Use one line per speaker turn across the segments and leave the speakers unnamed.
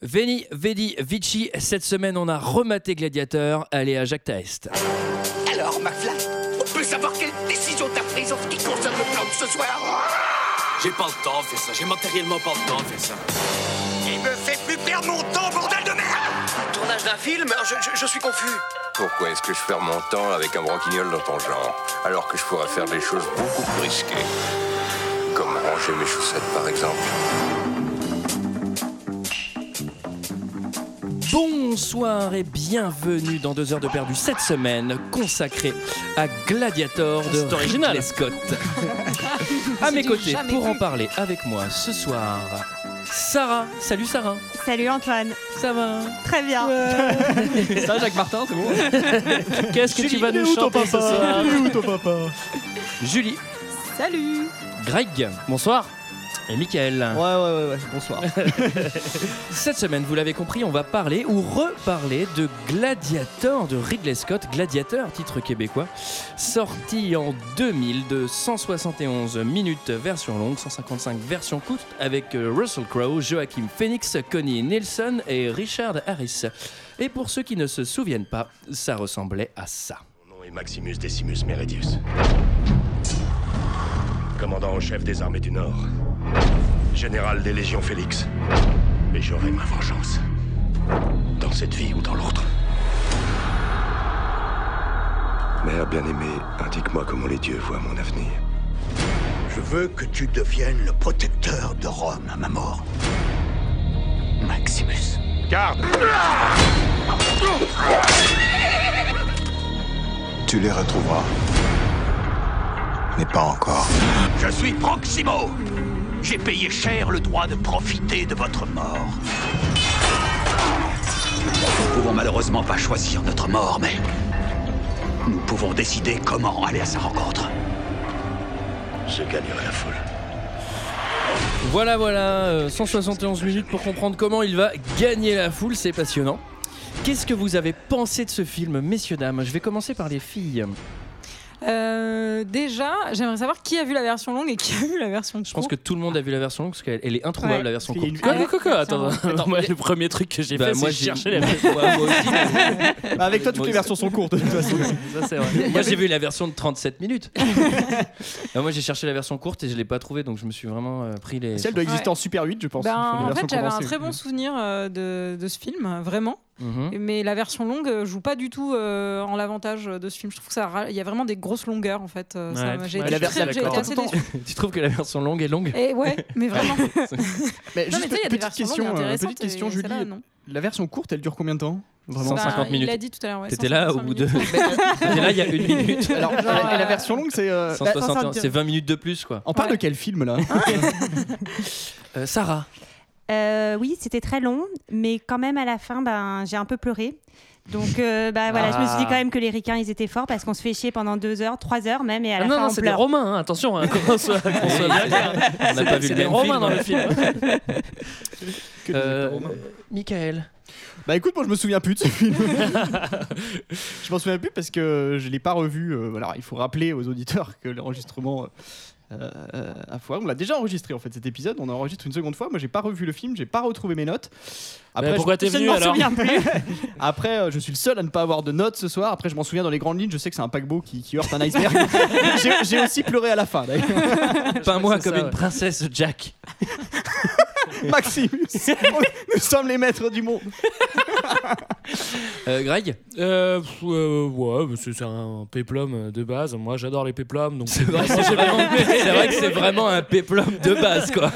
Veni, Vedi, Vici, cette semaine on a rematé Gladiateur, allez à Jacques Taest.
Alors, McFly, on peut savoir quelle décision t'as prise en ce qui concerne le plan de ce soir
J'ai pas le temps de faire ça, j'ai matériellement pas le temps de faire ça.
Il me fait plus perdre mon temps, bordel de merde
Tournage d'un film Euh, je, je- je suis confus.
Pourquoi est-ce que je perds mon temps avec un broquignol dans ton genre Alors que je pourrais faire des choses beaucoup plus risquées. Comme ranger mes chaussettes par exemple.
Bonsoir et bienvenue dans 2 heures de perdu cette semaine consacrée à Gladiator de
C'est original.
Ridley Scott. à mes
du
côtés
jamais
pour en
vu.
parler avec moi ce soir. Sarah, salut Sarah,
Salut Antoine,
ça va
très bien.
Ça, Jacques Martin, c'est bon
Qu'est-ce que tu vas nous chanter ce soir Julie,
Salut
Greg, bonsoir et Michael.
Ouais, ouais, ouais, ouais, bonsoir.
Cette semaine, vous l'avez compris, on va parler ou reparler de Gladiator de Ridley Scott, Gladiator, titre québécois, sorti en 2000 de 171 minutes version longue, 155 version courte, avec euh, Russell Crowe, Joachim Phoenix, Connie Nielsen et Richard Harris. Et pour ceux qui ne se souviennent pas, ça ressemblait à ça.
Mon nom est Maximus Decimus Meridius. Commandant en chef des armées du Nord. Général des Légions Félix. Et j'aurai ma vengeance. Dans cette vie ou dans l'autre.
Mère bien-aimée, indique-moi comment les dieux voient mon avenir.
Je veux que tu deviennes le protecteur de Rome à ma mort. Maximus.
Garde
Tu les retrouveras. Mais pas encore.
Je suis Proximo J'ai payé cher le droit de profiter de votre mort. Nous ne pouvons malheureusement pas choisir notre mort, mais... Nous pouvons décider comment aller à sa rencontre.
Je gagnerai la foule.
Voilà, voilà, euh, 171 minutes pour comprendre comment il va gagner la foule, c'est passionnant. Qu'est-ce que vous avez pensé de ce film, messieurs, dames Je vais commencer par les filles.
Euh, Déjà, j'aimerais savoir qui a vu la version longue et qui a vu la version
Je pense que tout le monde a vu la version longue parce qu'elle elle est introuvable,
Ouais.
la version
Parce
courte.
qu'il y a
Quoi,
une-
quoi, quoi, quoi, Attends,
Attends, moi, le premier truc que j'ai
Bah,
fait,
moi
c'est
j'ai
chercher la
Ouais, moi aussi, mais-
Bah, avec toi, toutes
Moi
les
aussi.
versions sont courtes, de toute façon.
ça, c'est vrai. Moi j'ai vu la version de 37 minutes. Non, moi j'ai cherché la version courte et je l'ai pas trouvée donc je me suis vraiment euh, pris
Ah,
les.
Celle doit exister
Ouais.
en Super 8, je pense.
Ben,
Les
en
versions
fait, j'avais un
condensées.
très bon souvenir euh, de, de ce film, euh, vraiment.
Mhm.
Mais la version longue euh, joue pas du tout euh, en l'avantage euh, de ce film. Je trouve que ça, ra- il y a vraiment des grosses longueurs en fait. euh, ça
Ouais.
m'a- J'ai
Ouais,
été
la ver-
très- j'ai été
d'accord.
assez déçue.
Tu trouves que la version longue est longue
Et ouais, mais vraiment.
Mais
Non,
juste
mais tu sais, il y a des
petite
versions
question,
longues
euh,
intéressantes.
petite question,
et
Julie.
celle-là, non.
La version courte, elle dure combien de temps Vraiment
Bah, 150
Il l'a
minutes.
dit tout à l'heure. ouais,
T'étais là au
155
bout de.
minutes.
T'étais là il y a une minute.
Alors, et la, et la
euh,
version longue, c'est.
bah,
euh,
161, c'est 20 minutes de plus quoi.
On parle
Ouais. Hein
de quel film là
Euh, Sarah.
Euh, oui, c'était très long, mais quand même à la fin, ben, j'ai un peu pleuré. Donc euh, bah, voilà, je me suis
Ah.
dit quand même que les ricains, ils étaient forts parce qu'on se fait chier pendant deux heures, trois heures même,
Ah
et à la
non,
fin,
non,
on
c'est des
pleure.
Romains, hein, attention, hein, qu'on soit, qu'on soit bien clair.
On n'a pas vu le
C'est des
même film.
Romains dans le film. Euh,
Que
Euh,
des Romains.
Michael.
Bah écoute, moi je me souviens plus de ce film. je m'en souviens plus parce que je l'ai pas revu. euh, alors il faut rappeler aux auditeurs que l'enregistrement euh, euh, à foire, on l'a déjà enregistré en fait cet épisode. On enregistre une seconde fois. Moi j'ai pas revu le film, j'ai pas retrouvé mes notes.
Bah, pourquoi t'es
je,
venu,
je m'en
alors
souviens plus. Après, euh, je suis le seul à ne pas avoir de notes ce soir. Après, je m'en souviens dans les grandes lignes. Je sais que c'est un paquebot qui, qui heurte un iceberg. J'ai- j'ai aussi pleuré à la fin d'ailleurs.
Pas moi
que c'est
comme
ça,
une
ouais.
princesse, Jack.
Maximus, on- nous sommes les maîtres du monde.
Euh, Greg.
Euh, pff, euh, ouais, mais c'est c'est un péplum de base. Moi, j'adore les péplums, donc
C'est
c'est
vraiment- c'est vrai que c'est vraiment un péplum de base, quoi.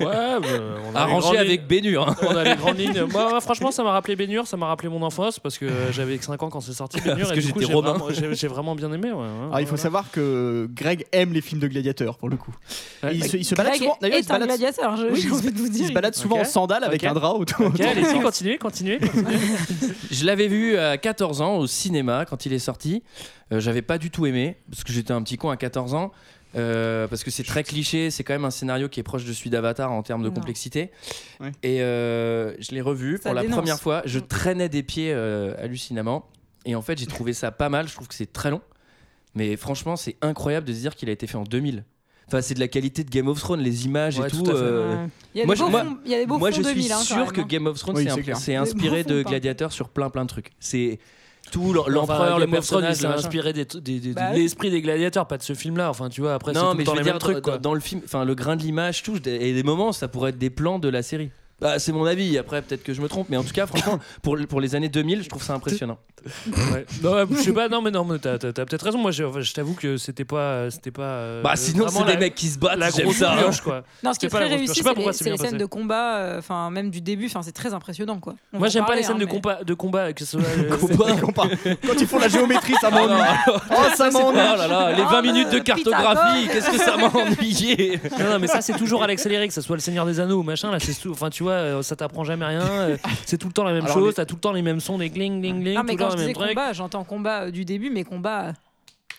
Ouais, bah, on a les
Arrangé
grandes
avec
lignes-
Bénur. hein.
On a les grandes lignes. Moi, moi, franchement, ça m'a rappelé Bénur, ça m'a rappelé mon enfance parce que j'avais 5 ans quand c'est sorti Bénur.
Parce
et
que
du coup,
j'étais
j'ai
romain.
vraiment- J'ai j'ai vraiment bien aimé. ouais, ouais,
Alors, Ah, il faut
voilà.
savoir que Greg aime les films de gladiateurs pour le coup. Et il, se, il se balade
Greg
souvent. D'ailleurs, il
est
se
un
balade
gladiateur, je-
Oui,
j'ai envie de vous
Il
dire.
se balade souvent
Ok.
en sandales avec
Ok.
un drap autour.
Ok, allez-y, continuez, continuez.
Je l'avais vu à 14 ans au cinéma quand il est sorti. Euh, J'avais pas du tout aimé parce que j'étais un petit con à 14 ans. euh, parce que c'est très cliché, c'est quand même un scénario qui est proche de celui d'Avatar en termes de
Non.
complexité.
Ouais.
Et euh, je l'ai revu
Ça
pour la
dénonce.
première fois. Je traînais des pieds euh, hallucinamment. Et en fait, j'ai trouvé ça pas mal. Je trouve que c'est très long. Mais franchement, c'est incroyable de se dire qu'il a été fait en 2000. Enfin, c'est de la qualité de Game of Thrones, les images
Ouais,
et
tout
tout.
à fait.
euh,
Ouais. Il y a
Moi,
des
je-
beaux
moi-
fonds- il y a des beaux
Moi,
fonds
je suis
2000, hein, quand
sûr
même,
que
hein.
Game of Thrones,
Oui,
c'est
c'est
un-
clair.
c'est
Les
inspiré
bons
de
fonds, pas.
Gladiator sur plein plein de trucs. C'est tout l'em- l'empereur,
Enfin,
le
Game of Thrones,
personnage,
il s'est
le machin.
inspiré des- des- des-
Bah
de
oui.
l'esprit des gladiateurs, pas de ce film-là. Enfin, tu vois, après, c'est
non, mais
tout le
je
temps
veux
les
dire,
mêmes
dans,
trucs, quoi.
dans le film, enfin, le grain de l'image, touche, et des moments, ça pourrait être des plans de la série. Bah, c'est mon avis, après peut-être que je me trompe, mais en tout cas, franchement, pour, pour les années 2000, je trouve ça impressionnant.
Ouais. Non, ouais, je sais pas, non, mais non, mais t'as, t'as- t'as peut-être raison. Moi, je, enfin, je t'avoue que c'était pas. euh, C'était pas euh,
Bah, sinon,
vraiment
c'est des
la-
mecs qui se battent,
La
j'aime
grosse
ça. hein.
pioche, quoi.
Non, ce
C'était
qui est
pas la
très
grosse- je sais
réussi,
pas
c'est
pourquoi
les,
c'est
c'est
bien
les scènes
passé.
de combat, euh, enfin même du début, enfin c'est très impressionnant quoi. On va
Moi,
en
j'aime pas
parler,
les scènes
hein,
de,
mais-
compa- de combat, que ce soit. euh,
Combat.
Quand ils font la géométrie,
Ah,
ça
non,
m'ennuie.
alors,
Oh, ça
oh
m'ennuie.
là là, les 20 minutes de cartographie, qu'est-ce que ça m'a ennuyé
Non, non, mais ça, c'est toujours à l'accéléré, que ce soit le Seigneur des Anneaux ou machin. Là, c'est tout. Enfin, tu vois, euh, ça t'apprend jamais rien. euh, C'est tout le temps la même
Alors,
chose.
les-
T'as tout le temps les mêmes sons, les gling, gling, gling.
Non mais
tout le temps
quand je
les
disais
mêmes trucs.
combat, j'entends combat euh, du début, mais combat,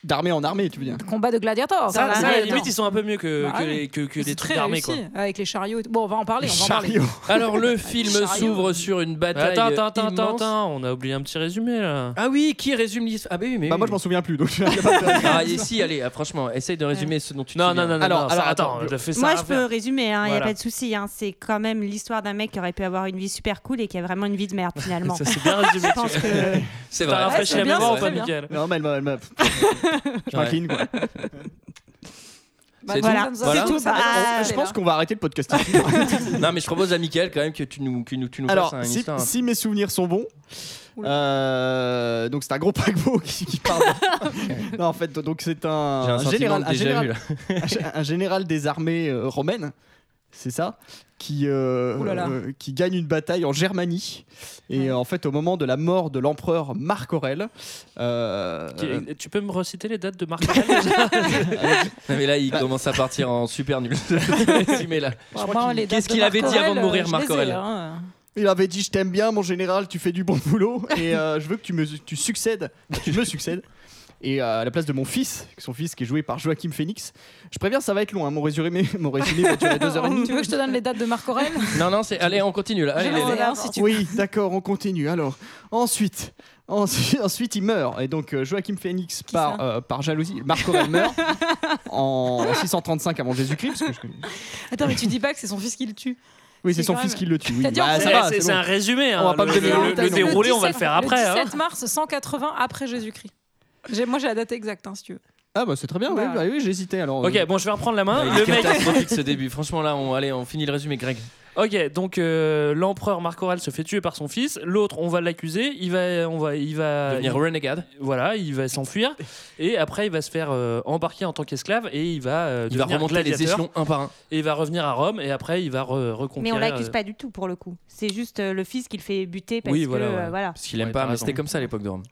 D'armée en armée, tu veux dire.
combat de gladiator.
Ça,
quoi.
ça,
Ouais,
à la
non.
limite, ils sont un peu mieux que,
Bah
que,
ouais.
les- que, que
C'est
des
très
trucs d'armée, quoi.
réussi, Avec les chariots. et tout. Bon, on va en parler. On va en parler.
Chariot.
Alors, le film s'ouvre sur une bataille.
Attends, attends, attends, attends,
immense.
attends, on a oublié un petit résumé là.
Ah oui, qui résume l'histoire Ah, bah oui, mais.
Bah, moi, je m'en souviens plus. Donc, je vais pas faire-
Ah, et si, allez, ah, franchement, essaye de résumer ce dont tu te
Non,
souviens.
non, non, non,
Alors,
non,
alors,
ça, attends,
attends,
je fais ça.
Moi,
à
je
faire.
peux résumer, il n'y a
Voilà.
pas de souci. hein. C'est quand même l'histoire d'un mec qui aurait pu avoir une vie super cool et qui a vraiment une vie de merde finalement.
Ça, c'est bien résumé.
Je pense que.
Ah, C'est
T'as
vrai.
rafraîchi
c'est
la
bien,
mémoire ou
c'est
pas,
bien.
Miguel
Non, mais elle m'a. elle m'a- Je m'incline, quoi.
Bah,
C'est
voilà.
tout.
Ça,
Voilà.
c'est tout, ça va.
Ah,
Je pense qu'on va arrêter le podcast. ici.
Non, mais je propose à Michael quand même que tu nous, que nous- tu nous
Alors,
fasses un- une
si,
histoire.
si mes souvenirs sont bons,
Oula.
euh, donc c'est un gros paquebot qui, qui part. non, en fait, donc c'est un,
J'ai un
un
sentiment
général,
de
un,
déjà vu,
général,
là.
un gé- un général des armées euh, romaines, c'est ça, qui, euh,
Ouh là là.
euh, qui gagne une bataille en Germanie. Et
Ouais.
euh, en fait, au moment de la mort de l'empereur Marc Aurèle, euh,
Qui- Tu peux me reciter les dates de Marc Aurèle, déjà
Non, mais là, il commence à partir en super nul. Si, mais là.
Bon, moi, les
Qu'est-ce
dates de
qu'il
Marc
avait dit avant de
Aurèle,
mourir,
euh, je
Marc
les ai,
Aurèle
hein.
Il avait dit je t'aime bien mon général, tu fais du bon boulot et euh, je veux que tu me tu succèdes, tu me succèdes. Et euh, à la place de mon fils, son fils qui est joué par Joachim Phoenix, je préviens ça va être long, hein, mon résumé, mon résumé va durer deux heures et demie.
Tu veux que Oh, je te donne les dates de Marc Aurèle
Non, non, c'est. Allez, on continue là. Allez,
Je
les-
les ai,
les-
hein, si tu veux.
Oui, d'accord, on continue. Alors ensuite, ensuite, ensuite, il meurt et donc euh, Joachim Phoenix par
ça
euh, par jalousie, Marc Aurèle meurt en 635 avant Jésus-Christ. parce que je connais-
Attends, mais tu dis pas que c'est son fils qui le tue.
Oui, c'est
C'est
son
quand
fils
même-
qui le tue. Oui,
T'as dit en
bah,
fait-
ça va,
Eh, C'est
c'est
c'est
bon.
un résumé.
On va
hein,
pas me
le-
donner
le-
la
le
date, non.
déroulé, on va le
17
faire après.
Le
hein.
17 mars 180 après Jésus-Christ. J'ai- Moi, j'ai la date exacte, hein, si tu veux.
Ah bah c'est très bien. oui,
Voilà.
bah oui, j'hésitais. Alors euh,
Ok, bon, je vais reprendre la main.
Ah, Il est
Le mec.
catastrophique ce début. Franchement, là, on, allez, on finit le résumé, Greg.
Ok, donc euh, l'empereur Marc Aurèle se fait tuer par son fils. L'autre, on va l'accuser. Il va, on va, il euh, va
Devenir renegade.
il- voilà, il va s'enfuir. Et après, il va se faire euh, embarquer en tant qu'esclave et il va. euh,
Il va
devenir
remonter les
gladiateur.
échelons un par un.
Et il va revenir à Rome et après, il va re-
Mais
reconquérir.
on l'accuse
euh,
pas du tout pour le coup. C'est juste euh, le fils qui le fait buter parce
Oui,
que.
voilà, ouais.
euh, voilà.
Parce qu'il aime
Ouais,
pas,
t'as
mais
raison.
c'était comme ça à l'époque de Rome.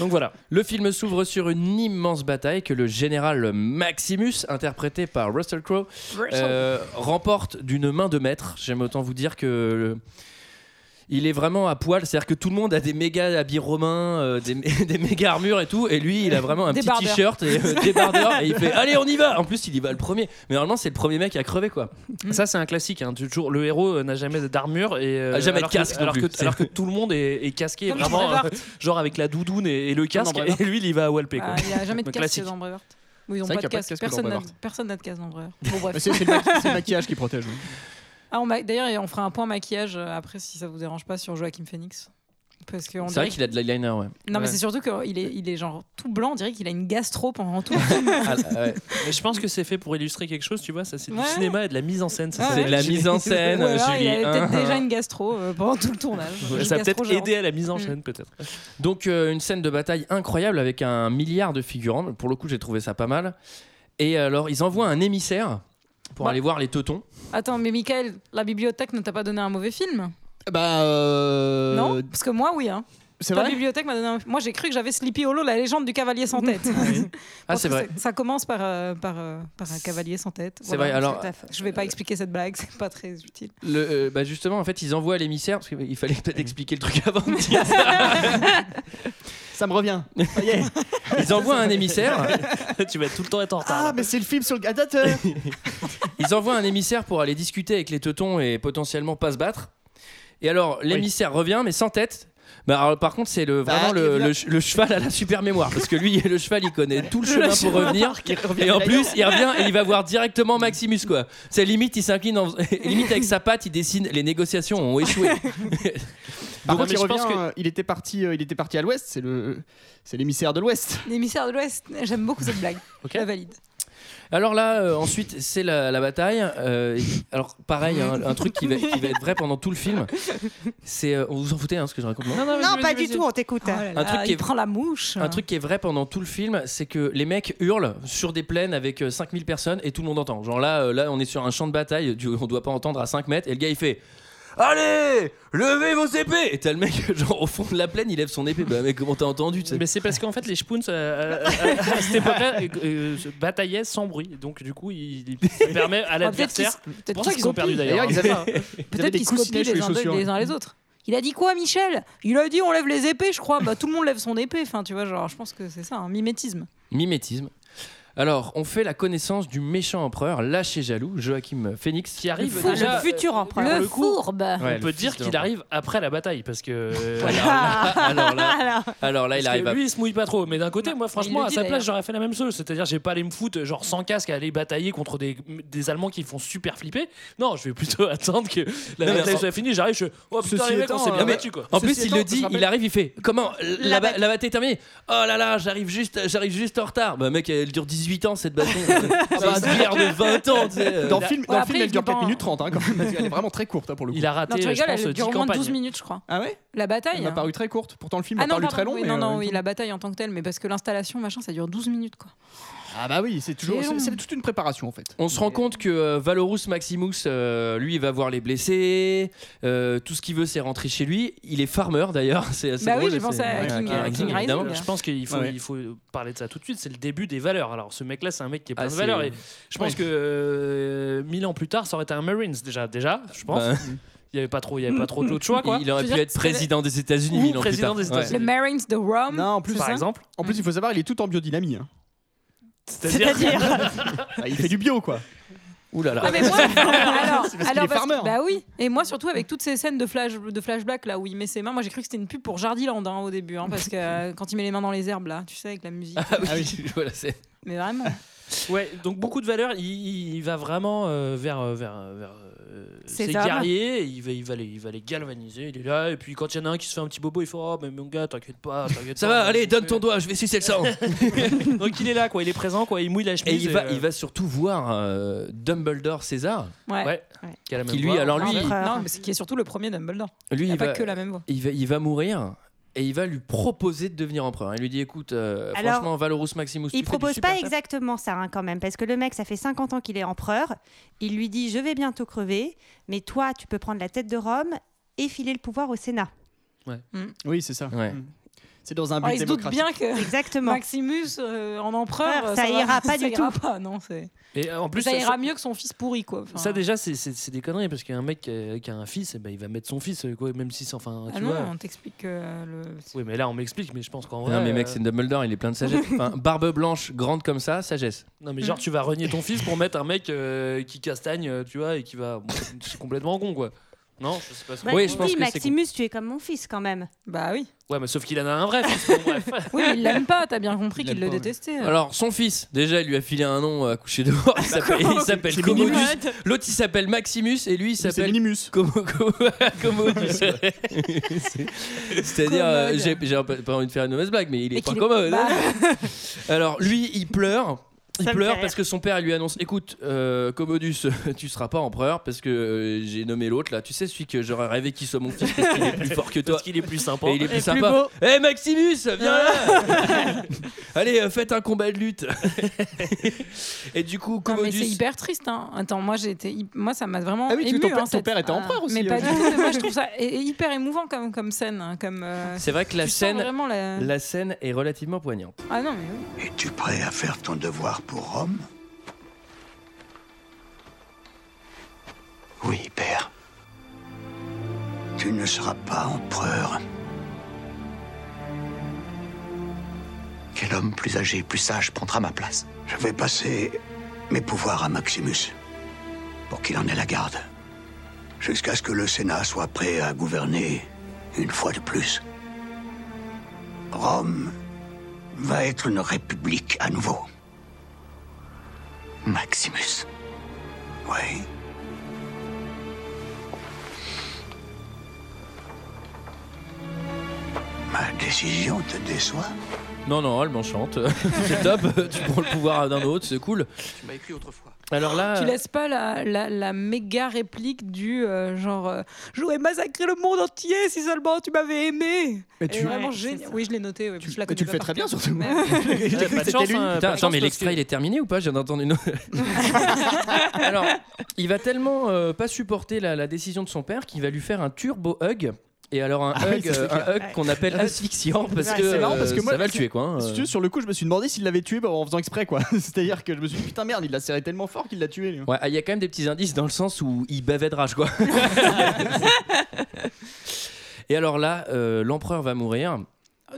Donc voilà.
Le film s'ouvre sur une immense bataille que le général Maximus, interprété par Russell Crowe, euh, remporte d'une main de maître. J'aime autant vous dire que. le- Il est vraiment à poil, c'est-à-dire que tout le monde a des méga habits romains, euh, des, mé- des méga armures et tout, et lui il a vraiment un
Des
petit
barbeurs.
t-shirt et euh, des barbeurs, et il fait allez on y va. En plus il y va le premier, mais normalement c'est le premier mec à crever quoi.
Ça, c'est un classique. hein. Toujours, le héros euh, n'a jamais d'armure et euh,
Ah, jamais de
alors
casque
Que,
non
alors,
plus.
que, alors que tout le monde est, est casqué,
Comme
vraiment
Brevard.
euh, genre avec la doudoune et, et le casque.
Brevard.
et lui, il y va à Walpé. quoi.
Ah, il n'y a jamais de
Donc,
casque
classique.
dans Brevard. Oui, ils ont
C'est
pas
vrai
de
qu'il y a pas de
casque.
casque dans
Personne n'a-
Brevard.
personne n'a de casque dans Brevard. Bon, bref.
bah, c'est c'est le maqui- c'est le maquillage qui protège. oui.
Ah, on m'a- D'ailleurs, on fera un point maquillage euh, après si ça vous dérange pas sur Joachim Phoenix. Parce que on
C'est vrai
dirait...
qu'il a de l'eyeliner, ouais.
Non, mais
Ouais.
c'est surtout qu'il est, il est genre tout blanc, on dirait qu'il a une gastro pendant tout.
Ah, ouais.
Mais je pense que c'est fait pour illustrer quelque chose, tu vois. Ça, c'est du
Ouais.
cinéma et de la mise en scène. Ça,
Ah
ça
C'est
ouais.
de la mise en scène,
Ou alors,
Julie.
il avait peut-être
hein.
déjà une gastro euh, pendant tout le tournage. Une
Ça a
gastro
peut-être
géante.
aidé à la mise en scène, peut-être.
Donc euh, une scène de bataille incroyable avec un milliard de figurants. Pour le coup, j'ai trouvé ça pas mal. Et alors, ils envoient un émissaire pour
Bah.
aller voir les teutons.
Attends, mais Michael, la bibliothèque ne t'a pas donné un mauvais film
Bah euh,
Non Parce que moi, oui. Hein.
C'est
La
vrai
bibliothèque m'a donné un... Moi, j'ai cru que j'avais Sleepy Hollow, la légende du cavalier sans tête.
Ah,
Parce
c'est
que
vrai.
Ça commence par, euh, par, euh, par un cavalier sans tête.
C'est
Voilà.
vrai. Alors,
Je vais pas expliquer cette blague, c'est pas très utile.
le, euh, bah, justement, en fait, ils envoient l'émissaire parce qu'il fallait peut-être expliquer le truc avant de dire ça.
Ça me revient.
Ils envoient un émissaire.
tu vas tout le temps être en retard.
Ah,
là.
mais c'est le film sur le gladiateur
Ils envoient un émissaire pour aller discuter avec les teutons et potentiellement pas se battre. Et alors, l'émissaire revient, mais sans tête. Bah, alors, par contre, c'est le, vraiment
Bah,
le,
et là-
le ch- le cheval à la super mémoire. Parce que lui, le cheval, il connaît tout le
Bah,
chemin pour revenir. Et en plus, il revient et il va voir directement Maximus, quoi. C'est limite, il s'incline, en- limite avec sa patte, il dessine. Les négociations ont échoué.
Par
Donc,
contre,
mais
il
je pense
revient,
que-
euh, il était parti, euh, il était parti à l'ouest. C'est le, c'est l'émissaire de l'ouest.
L'émissaire de l'Ouest, j'aime beaucoup cette blague.
Ok.
La valide.
Alors là, euh, ensuite, c'est la, la bataille. Euh, alors, pareil, hein, un truc qui va, qui va être vrai pendant tout le film. C'est, euh, vous vous en foutez, hein, ce que je raconte. non
Non, pas du tout, on t'écoute. hein.
Un truc qui
Oh il
est-
prend la mouche.
Ah.
Un truc qui est vrai pendant tout le film, c'est que les mecs hurlent sur des plaines avec euh, 5000 personnes et tout le monde entend. Genre là, euh, là on est sur un champ de bataille, du- on doit pas entendre à 5 mètres, et le gars il fait Allez, levez vos épées Et t'as le mec, genre au fond de la plaine, il lève son épée. Bah mec, comment t'as entendu tu sais
Mais c'est parce qu'en fait, les Spoons, euh, à, à- à cette époque-là, euh, euh, se bataillaient sans bruit. Donc, du coup, il, il se permet à
Ah, peut-être qu'ils
l'adversaire.
peut-être
C'est pour ça
qu'ils
qu'ils ont
se
perdu
copient.
d'ailleurs.
D'ailleurs, ils avaient- Ils avaient
Peut-être
des
qu'ils se copient
coussinets sur
les uns, d'eux- les uns les autres. Il a dit quoi, Michel Il a dit on lève les épées, je crois. Bah, tout le monde lève son épée. Enfin, tu vois, genre, je pense que c'est ça, un mimétisme.
Mimétisme. Alors, on fait la connaissance du méchant empereur lâché jaloux, Joachim Phoenix.
Qui arrive
fou-
déjà,
le
futur
euh,
empereur.
pour
le
coup,
fourbe.
Ouais,
on
le
peut
fils
dire
de
qu'il
l'empereur.
arrive après la bataille parce que. euh,
Alors là, alors là, alors là, il
parce
arrive
que
à-
lui, il se mouille pas trop. Mais d'un côté, moi, franchement,
le
à
dit
sa
d'ailleurs.
place, j'aurais fait la même chose. C'est-à-dire, j'ai pas allé me foutre, genre, sans casque, à aller batailler contre des, des Allemands qui font super flipper. Non, je vais plutôt attendre que la
Non, mais
bataille
attends.
soit finie. J'arrive, je. Oh putain,
Ceci
les mecs, on
étant,
s'est
euh,
bien
mais-
battus, quoi.
En
Ceci
plus, il
étant,
le
on se
dit,
rappelle-
il arrive, il fait Comment La, ba- la bataille est terminée Oh là là, j'arrive juste, j'arrive juste en retard. Bah, mec, elle dure 18 ans cette bataille. C'est
Bah,
une guerre de 20 ans, tu sais. euh.
Euh, Dans le film, dans le
après,
film,
il
elle dure
dit pas
4
un-
minutes 30 hein, quand même. Elle est vraiment très courte hein, pour le coup.
Il a
Non,
raté,
tu
je
rigoles,
pense,
elle
10
dure au moins
campagnes.
12 minutes, je crois.
Ah ouais
La
Elle
bataille.
m'a
hein.
paru très courte. Pourtant, le film
Ah
a
non,
paru
pardon,
très long.
oui,
mais,
non,
euh,
non, oui,
il-
la bataille en tant que telle, mais parce que l'installation, machin, ça dure 12 minutes, quoi.
Ah bah oui, c'est toujours,
C'est long.
c'est c'est toute une préparation en fait.
On se rend compte que euh, Valorus Maximus, euh, lui, il va voir les blessés. euh, tout ce qu'il veut, c'est rentrer chez lui. Il est farmer d'ailleurs. C'est assez
Bah oui,
drôle,
j'ai
c'est-
pensé à
Ouais,
King-
King
à King Rising,
évidemment.
là.
Je pense qu'il faut,
Ouais.
il faut parler de ça tout de suite. C'est le début des valeurs. Alors, ce mec-là, c'est un mec qui est plein
Ah,
de
c'est-
valeurs. Et je pense que euh, mille ans plus tard, ça aurait été un Marines déjà. Déjà, je pense.
Bah,
Il n'y avait pas trop, il y avait pas trop d'autres choix, quoi.
il aurait
Je veux
pu
dire,
être
c'était-
président des États-Unis
Ou
mille ans plus
président
tard.
des
Ouais.
Les
États-Unis.
Marines de Rome.
Non, en plus,
Par
Hum, ça
exemple.
en plus, il faut savoir, il est tout en biodynamie. hein.
C'est-à-dire.
Ah, il fait du bio quoi.
Ouh là là.
Ah, mais moi, alors,
qu'il est
alors parce
farmer.
que- bah oui, et moi surtout avec toutes ces scènes de flash de flashback là où il met ses mains, moi j'ai cru que c'était une pub pour Jardiland hein, au début, hein, parce que euh, quand il met les mains dans les herbes là, tu sais avec la musique,
Ah oui, voilà, c'est-
mais vraiment.
Ouais, donc beaucoup de valeurs. Il, il va vraiment euh, vers, euh, vers, euh, vers euh,
Ses
ses
hommes.
guerriers. et Il va, il, va les, il va les galvaniser. Il est là. Et puis quand il y en a un qui se fait un petit bobo, il fait Oh, mais mon gars, t'inquiète pas. t'inquiète
Ça
pas,
va,
moi,
allez,
je
donne
fais.
ton doigt, je vais sucer le sang.
Donc il est là, quoi. Il est présent, quoi. Il mouille la
Et
chemise.
il va,
euh,
il va surtout voir euh, Dumbledore César.
Ouais.
Ouais. qui a la même
Qui lui,
voix. Ah
alors lui,
Empereur.
Non, mais c'est qui est surtout le premier Dumbledore.
lui,
Il
il
n'y a pas
bah,
va,
que la même voix.
il va, il va mourir et il va lui proposer de devenir empereur. Il lui dit écoute, euh,
Alors,
franchement, Valorus Maximus, tu fais
Il
du
propose
super
pas
taf.
exactement ça hein, quand même, parce que le mec, ça fait 50 ans qu'il est empereur. Il lui dit Je vais bientôt crever, mais toi, tu peux prendre la tête de Rome et filer le pouvoir au Sénat.
Oui, c'est ça.
Ouais.
Mm. C'est dans un but
Alors, Ah, il se doute
démocratique.
bien que
Exactement.
Maximus euh, en empereur,
Ça
va-
ira pas
ça
du
ira
tout.
pas, non, c'est-
Et euh, en plus,
ça
ça-
ira mieux que son fils pourri quoi. Enfin,
Ça déjà c'est- c'est c'est des conneries parce qu'un mec qui a, qui a un fils, eh ben, il va mettre son fils euh, quoi, même si c'est enfin
ah
tu
non,
vois.
on t'explique que euh, le.
Oui mais là on m'explique mais je pense qu'en vrai.
Non, mais mec,
euh,
c'est Dumbledore, il est plein de sagesse. Enfin, barbe blanche, grande comme ça, sagesse.
non mais genre tu vas renier ton fils pour mettre un mec euh, qui castagne euh, tu vois et qui va bon, c'est complètement con quoi. Non je sais pas. ce que-
Bah,
Oui,
il
je pense
dit,
que c'est
Maximus, tu es comme mon fils quand même.
Bah oui.
Ouais mais sauf qu'il en a un vrai. fils, bon, bref.
Oui, mais il l'aime pas, t'as bien compris
Il
qu'il
l'aime
le
pas, ouais.
détestait.
Alors, son fils, déjà, il lui a filé un nom euh, à coucher dehors. Il s'appelle- il s'appelle Commodus. L'autre, il s'appelle Maximus et lui, il
C'est
s'appelle.
Minimus.
Commo- commo- Commodus. C'est- C'est-à-dire, euh,
Commode.
j'ai j'ai pas envie de faire une mauvaise blague, mais il est
Et
pas
qu'il est-
commode. hein.
Bah,
Alors lui, il pleure. Il
Ça me fait
pleure
rire.
parce que son père il lui annonce écoute euh, Commodus tu seras pas empereur parce que euh, j'ai nommé l'autre là tu sais celui que j'aurais rêvé qu'il soit mon fils parce qu'il est plus fort que toi
Parce qu'il est plus sympa.
et il est plus sympa Eh Maximus viens là allez euh, faites un combat de lutte et du coup
Non, mais c'est
Commodus
hyper triste. Hein. Attends, moi j'ai été, hy- moi ça m'a vraiment
Ah oui, parce que
ému.
ton père-
hein,
ton
cette-
père était empereur aussi,
Mais
euh,
pas
du
du tout. mais moi je trouve ça hy- hyper émouvant comme comme scène, hein, comme. euh,
c'est vrai que la
tu sens
scène
Vraiment la...
la scène est relativement poignante
Ah non mais oui.
Es-tu prêt à faire ton devoir pour Rome Oui, père. Tu ne seras pas empereur. Quel homme plus âgé, plus sage prendra ma place Je vais passer mes pouvoirs à Maximus pour qu'il en ait la garde. Jusqu'à ce que le Sénat soit prêt à gouverner une fois de plus. Rome va être une république à nouveau. Maximus. Oui. Ma décision te déçoit
Non, non, elle m'enchante. c'est top, tu prends le pouvoir d'un autre, c'est cool.
Ah.
Tu m'as écrit autrefois.
Alors
Ah.
là.
Tu laisses pas la, la, la méga réplique du euh, genre euh, J'aurais massacré le monde entier si seulement tu m'avais aimé.
Mais
Et
tu-
vraiment
Ouais,
génial. Oui, je l'ai noté. oui, je la
mais tu le
connais
fais
pas
très bien,
par cœur.
surtout.
Mais-
J'ai
pas
cru
de
que
chance,
c'était lui.
hein,
Putain,
pas de
attends,
chance
mais
parce
l'extrait
que-
il est terminé ou pas J'en ai entendu une autre. Alors, il va tellement euh, pas supporter la, la décision de son père qu'il va lui faire un turbo hug. Et alors, un
Ah oui,
hug,
ça, c'est
euh, un
clair.
hug qu'on appelle asphyxiant parce
Ouais,
que,
c'est marrant, parce
euh,
que moi,
ça va le
c'est-
tuer quoi. hein.
Si tu veux, sur le coup, je me suis demandé s'il l'avait tué bah, en faisant exprès, quoi. C'est-à-dire que je me suis dit, putain, merde, il l'a serré tellement fort qu'il l'a tué, lui.
Ouais, il y a quand même des petits indices dans le sens où il bavait de rage, quoi. Et alors là, euh, l'empereur va mourir.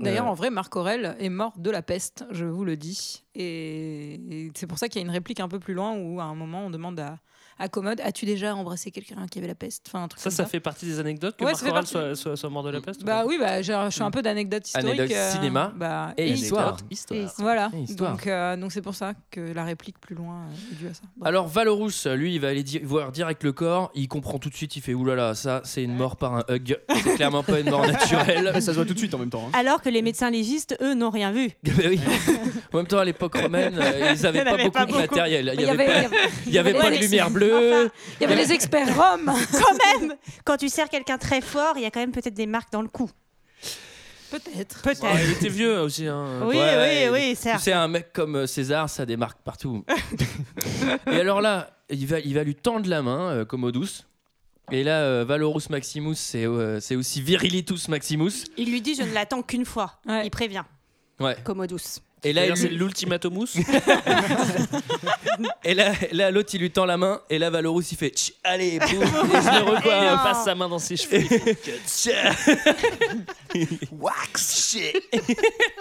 D'ailleurs,
Euh.
en vrai, Marc Aurel est mort de la peste, je vous le dis. Et, et c'est pour ça qu'il y a une réplique un peu plus loin où, à un moment, on demande à, à Commode As-tu déjà embrassé quelqu'un qui avait la peste Enfin, un truc
Ça,
comme
ça fait partie des anecdotes que
Ouais,
Marc
ça fait
Aurèle
partie.
soit, soit- soit mort de la peste.
Bah oui, bah, j'ai- je suis un peu d'anecdote historique.
Anecdote cinéma
bah,
et
oui.
histoire.
Histoire.
Voilà.
Et histoire.
Donc, euh, donc c'est pour ça que la réplique plus loin euh, est due à ça. Bref.
Alors Valorous, lui, il va aller di- voir direct le corps. Il comprend tout de suite. Il fait oulala, ça, c'est une mort par un hug. C'est clairement pas une mort naturelle.
Après, ça se voit tout de suite en même temps. hein.
Alors que les médecins légistes, eux, n'ont rien vu.
Bah oui. En même temps, à l'époque romaine, euh, ils
Elle
avaient pas
avait
beaucoup
pas
de
beaucoup.
matériel. Il
Mais
y avait, pas, il y avait
il y
pas
avait
de
les-
lumière bleue.
Il y avait les experts roms
Quand même Quand tu serres quelqu'un très fort, il y a quand même peut-être des marques dans le cou.
Peut-être.
Ouais,
Peut-être.
il était vieux aussi. hein.
Oui,
Ouais,
oui, oui,
Tu
certes.
sais, un mec comme euh, César, ça démarque partout. et alors là, il va, il va lui tendre la main, euh, comme au douce. Et là, euh, Valorus Maximus, c'est euh, c'est aussi Virilitus Maximus.
Il lui dit je ne l'attends qu'une fois.
Ouais.
Il prévient,
Ouais.
comme au douce.
Et là, il
D'ailleurs, c'est
lui-
l'ultimatumus.
et là, là, l'autre, il lui tend la main. Et là, Valorus, il fait Tch, Allez, boum, et je le recoins.
Et non.
passe sa main dans ses cheveux.
Wax shit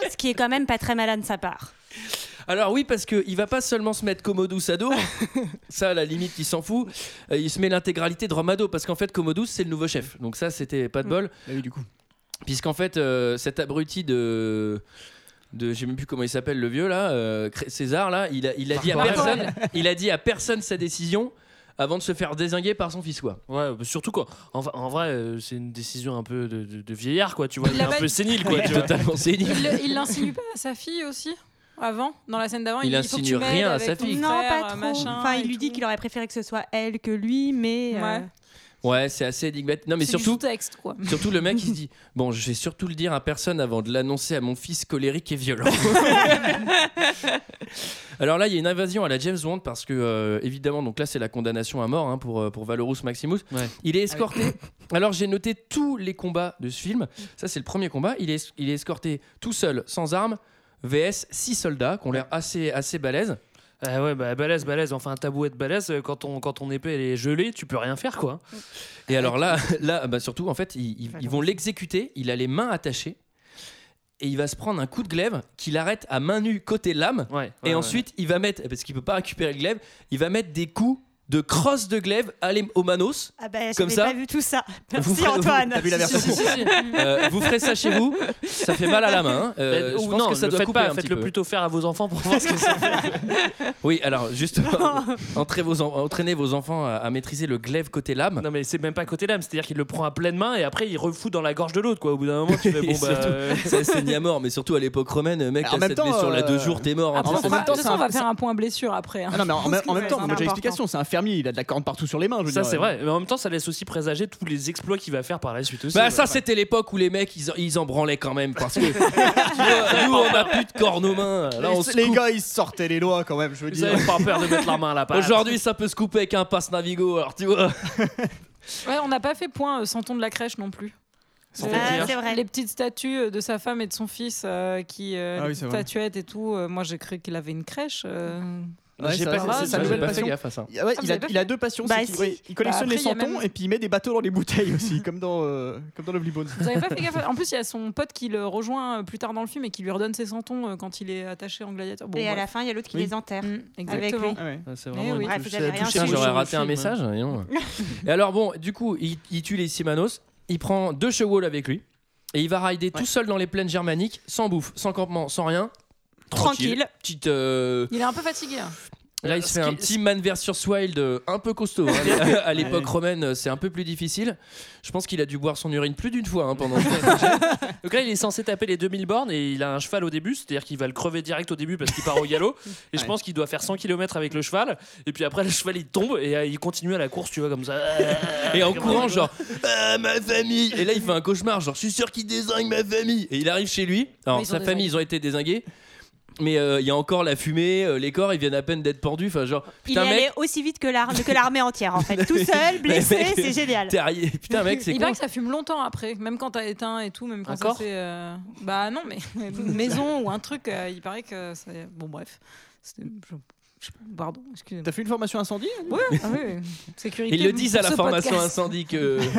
Ce qui est quand même pas très malin de sa part.
Alors oui, parce qu'il va pas seulement se mettre Commodus à dos, ça à la limite il s'en fout, Euh, il se met l'intégralité de Rome à dos, parce qu'en fait Commodus c'est le nouveau chef, donc ça c'était
Mm.
pas de bol,
Ah
Bah oui, du coup.
puisqu'en fait euh, cet abruti de... De, je sais même plus comment il s'appelle le vieux là, euh, Cré- César là, il a, il a dit à
Marc
personne, il a dit à personne sa décision avant de se faire désinguer par son fils quoi.
Ouais, bah, surtout quoi. En, va- en vrai, euh, c'est une décision un peu de, de- de vieillard quoi. Tu vois,
Il
il est
l'a
un
pas
peu
dit.
sénile quoi. tu vois.
Totalement sénile.
Il le- il l'insinue pas à sa fille aussi Avant Dans la scène d'avant, il,
Il
dit, faut que
insinue
tu m'aides
rien à
avec
sa
ton
fille.
non,
frère,
euh,
pas trop.
machin
enfin,
et
il lui dit
tout.
qu'il aurait préféré que ce soit elle que lui, mais. euh,
Ouais.
Ouais, c'est assez énigmatique. Non mais
C'est du
surtout,
sous-texte, quoi.
surtout le mec il se dit bon, je vais surtout le dire à personne avant de l'annoncer à mon fils colérique et violent. Alors là, il y a une invasion à la James Bond parce que euh, évidemment, donc là, c'est la condamnation à mort hein, pour euh, pour Valorous Maximus.
Ouais.
Il est escorté. Alors j'ai noté tous les combats de ce film. Ça, c'est le premier combat. Il est il est escorté tout seul, sans armes. VS, six soldats qui ont l'air assez assez balèzes.
Ah ouais, bah balèze, balèze. Enfin, un tabouet de balèze. euh, Quand ton, quand ton épée elle est gelée, tu peux rien faire quoi.
Ah,
Et alors là, là, bah surtout, en fait, ils, ils- ils vont l'exécuter. Il a les mains attachées et il va se prendre un coup de glaive qu'il arrête à main nue côté lame.
Ouais.
Et ensuite, il va mettre, parce qu'il peut pas récupérer le glaive, il va mettre des coups de crosse de glaive à l'é- au manos.
Ah ben,
Comme
j'avais
ça,
pas vu tout ça.
vous
Merci
ferez- vous-
Antoine.
t'as vu la
Si,
version
si, si, si.
Euh, vous ferez ça chez vous, ça fait mal à la main. hein. Euh, je pense
non,
que ça
le
doit
faites
couper
pas,
un petit
faites-le
peu.
plutôt faire à vos enfants pour voir ce que ça fait.
Oui, alors justement, entraînez vos, en- entraînez vos enfants à, à maîtriser le glaive côté lame.
Non, mais c'est même pas côté lame, c'est-à-dire qu'il le prend à pleine main et après il refout dans la gorge de l'autre quoi. Au bout d'un moment, tu fais
Et
bon bah.
surtout-
euh,
Ça saigne à mort, mais surtout à l'époque romaine, mec,
En
t'as
même
cette
temps,
blessure là
euh,
deux jours, t'es mort. hein.
Après,
en
on
même
fera-
temps,
de toute
c'est
façon, on
un-
va faire un point blessure après. hein.
Ah non, mais en, en même- en même temps,
C'est
on a déjà
important.
l'explication. C'est un fermier, il a de la corne partout sur les mains. Je veux
Ça
dire.
c'est vrai, mais en même temps ça laisse aussi présager tous les exploits qu'il va faire par la suite aussi.
Bah ça c'était l'époque où les mecs ils, en- ils en branlaient quand même parce que tu vois, nous on a plus de cornes aux mains là on
les,
se
les
coupe.
gars, ils sortaient les doigts quand même, je veux
Vous
dire.
avez pas peur de mettre la main à la pâte.
aujourd'hui ça peut se couper avec un passe Navigo alors tu vois
Ouais, on n'a pas fait point euh, Santon de la crèche non plus.
Sans
Euh,
dire.
Ah, c'est vrai.
Les petites statues euh, de sa femme et de son fils euh, qui euh,
Ah oui,
les
c'est
petites
vrai.
statuettes et tout. euh, moi, j'ai cru qu'il avait une crèche. euh.
Ouais,
J'ai
ça-
Ah,
pas-
ça-
c'est- c'est
ça- Ah, ça-
pas-
j'ai
j'ai pas
pas fait
fait
gaffe.
gaffe à ça.
Ah ouais,
Ah, vous
il, a,
avez pas
il a deux passions,
Bah,
c'est qu'il-
si.
ouais, il collectionne
Bah,
les
après, il y a
santons
même-
et puis il met des bateaux dans les bouteilles aussi, comme dans, euh, comme dans Lovely Bones.
Vous avez pas fait gaffe à- En plus, il y a son pote qui le rejoint euh, plus tard dans le film et qui lui redonne ses santons euh, quand il est attaché en gladiateur. Bon,
Et à
bref.
la fin, il y a l'autre qui
Oui.
les enterre.
Mm, exactement.
lui.
Ah ouais.
Ah, C'est
Eh
vraiment
oui.
une
Bref,
touche-
vous avez rien
touche
su.
Putain, j'aurais
sur le
raté un
film, hein.
message et non. et alors bon du coup il, il tue les Simanos il prend deux chevaux avec lui Et il va rider tout seul dans les plaines germaniques, sans bouffe, sans campement, sans rien.
Tranquille.
Petite. euh,
Il est un peu fatigué. hein.
Là, il
Euh, Ce
se fait
qui-
un petit Man versus Wild euh, un peu costaud. hein. à l'époque romaine, euh, c'est un peu plus difficile. Je pense qu'il a dû boire son urine plus d'une fois hein, pendant.
Donc là, il est censé taper les 2000 bornes et il a un cheval au début, c'est-à-dire qu'il va le crever direct au début parce qu'il part au galop. Et je pense qu'il doit faire 100 km avec le cheval. Et puis après, le cheval il tombe et euh, il continue à la course, tu vois, comme ça.
Et en courant, genre, Ah, ma famille Et là, il fait un cauchemar, genre, je suis sûr qu'il désingue ma famille Et il arrive chez lui.
Mais
Alors,
ils
sa
ont
famille,
désingué.
ils ont été désingués. Mais euh, il y a encore la fumée, euh, les corps, ils viennent à peine d'être pendus. Enfin, genre,
Il est
putain,
allé
mec,
aussi vite que l'ar- que l'armée entière, en fait. Tout seul, blessé,
mec,
c'est génial.
t'es arrivé- Putain, mec, c'est
Il
con.
paraît que ça fume longtemps après, même quand t'as éteint et tout, même quand
Un
ça
corps
s'est, euh, Bah non, mais une maison ou un truc, euh, il paraît que c'est. Bon, bref. C'était- je- je- Pardon, excusez-moi.
T'as fait une formation incendie
Oui, ah oui, oui. sécurité.
Ils le disent à la
pour ce
formation
podcast.
incendie que.
Tu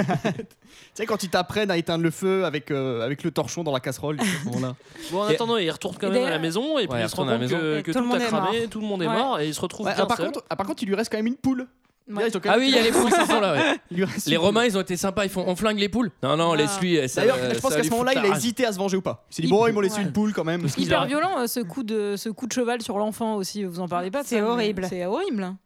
sais, quand ils t'apprennent à éteindre le feu avec, euh, avec le torchon dans la casserole, ils font, voilà.
Bon, en
Et-
attendant, il retourne quand
Et
même à la
d'ailleurs-
maison et puis
Ouais, il
il se rend
retourne à la
compte
maison.
que,
Et
que
tout
tout,
le monde
a
est
cramé, tout le monde est
Ouais.
mort et il se retrouve
Ouais,
bien
ah, par,
seul.
contre, ah, par contre, il lui reste quand même une poule.
Ouais.
Là, ils ont quand
Ah
même-
oui, il y a les poules qui sont là, ouais.
il lui reste
Les
une
Romains, ils ont été sympas, ils font on flingue les poules. Non, non,
Ah.
laisse-lui. eh,
poule.
ça-
D'ailleurs, je pense
ça
qu'à
lui
ce moment-là,
fout
il
la
a
rage.
hésité à se venger ou pas. Il s'est dit,
Il-
bon, ils m'ont laissé
ouais.
une poule quand même.
Il
Hyper
a-
violent euh, ce coup de ce coup de cheval sur l'enfant aussi. Vous en parlez pas de
C'est
ça, mais
horrible.
C'est horrible. hein.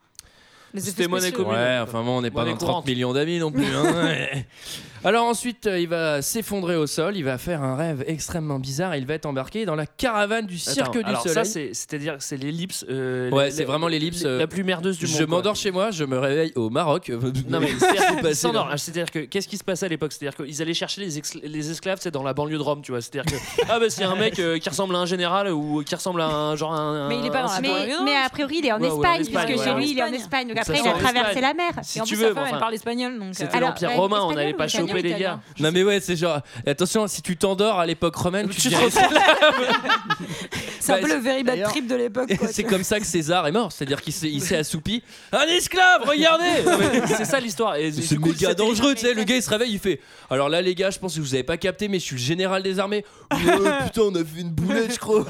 Les effets
C'était monnaie
spéciaux.
commune.
Ouais, enfin bon, on n'est pas
Monnaie
dans 30
courante.
millions d'amis non plus. hein. Ouais. Alors ensuite, euh, il va s'effondrer au sol, il va faire un rêve extrêmement bizarre, il va être embarqué dans la caravane du cirque
Attends,
du
alors ça,
soleil.
c'est- c'est-à-dire que c'est l'ellipse. euh,
Ouais,
la-
c'est
la-
vraiment l'ellipse,
La
euh,
plus merdeuse du monde.
je
quoi.
m'endors chez moi, je me réveille au Maroc.
Non mais
Qu'est-ce qui s'est
c'est-à-dire-
passé,
s'endort.
là
Ah, c'est-à-dire que qu'est-ce qui se passait à l'époque C'est-à-dire qu'ils allaient chercher les, ex- les esclaves, c'est dans la banlieue de Rome, tu vois. C'est-à-dire que ah bah s'il y a un mec euh, qui ressemble à un général ou euh, qui ressemble à un genre un.
Mais il est pas
Ah,
dans la
un-
Mais,
Ouais,
mais a priori, il est en
Ouais, ouais, en
Espagne,
Espagne,
puisque
ouais,
chez
en
lui, il est en
Espagne.
Espagne. Donc
Ça,
après,
c'est
il a
en
traversé
Espagne.
la mer.
Si
Et en
tu
plus,
veux,
sa femme,
enfin,
elle parle espagnol, donc. euh,
C'était
Alors,
l'empire
ouais,
romain, on
espagnol
n'allait
ou
pas
italien
choper
ou
les gars.
italien
Non mais ouais, c'est genre attention, si tu t'endors à l'époque romaine, tu,
Tu
te
te
dis-
C'est un
Bah,
peu le very bad
d'ailleurs-
trip de l'époque. quoi,
C'est
tu
comme ça que César est mort, c'est-à-dire qu'il s'est il s'est assoupi. Un esclave, regardez
c'est ça l'histoire. Et
C'est
du coup,
méga
c'était-
dangereux, tu sais. Le gars il se réveille, il fait Alors là, les gars, je pense que vous avez pas capté, mais je suis le général des armées. Ouais, putain, on a fait une boulette, je crois.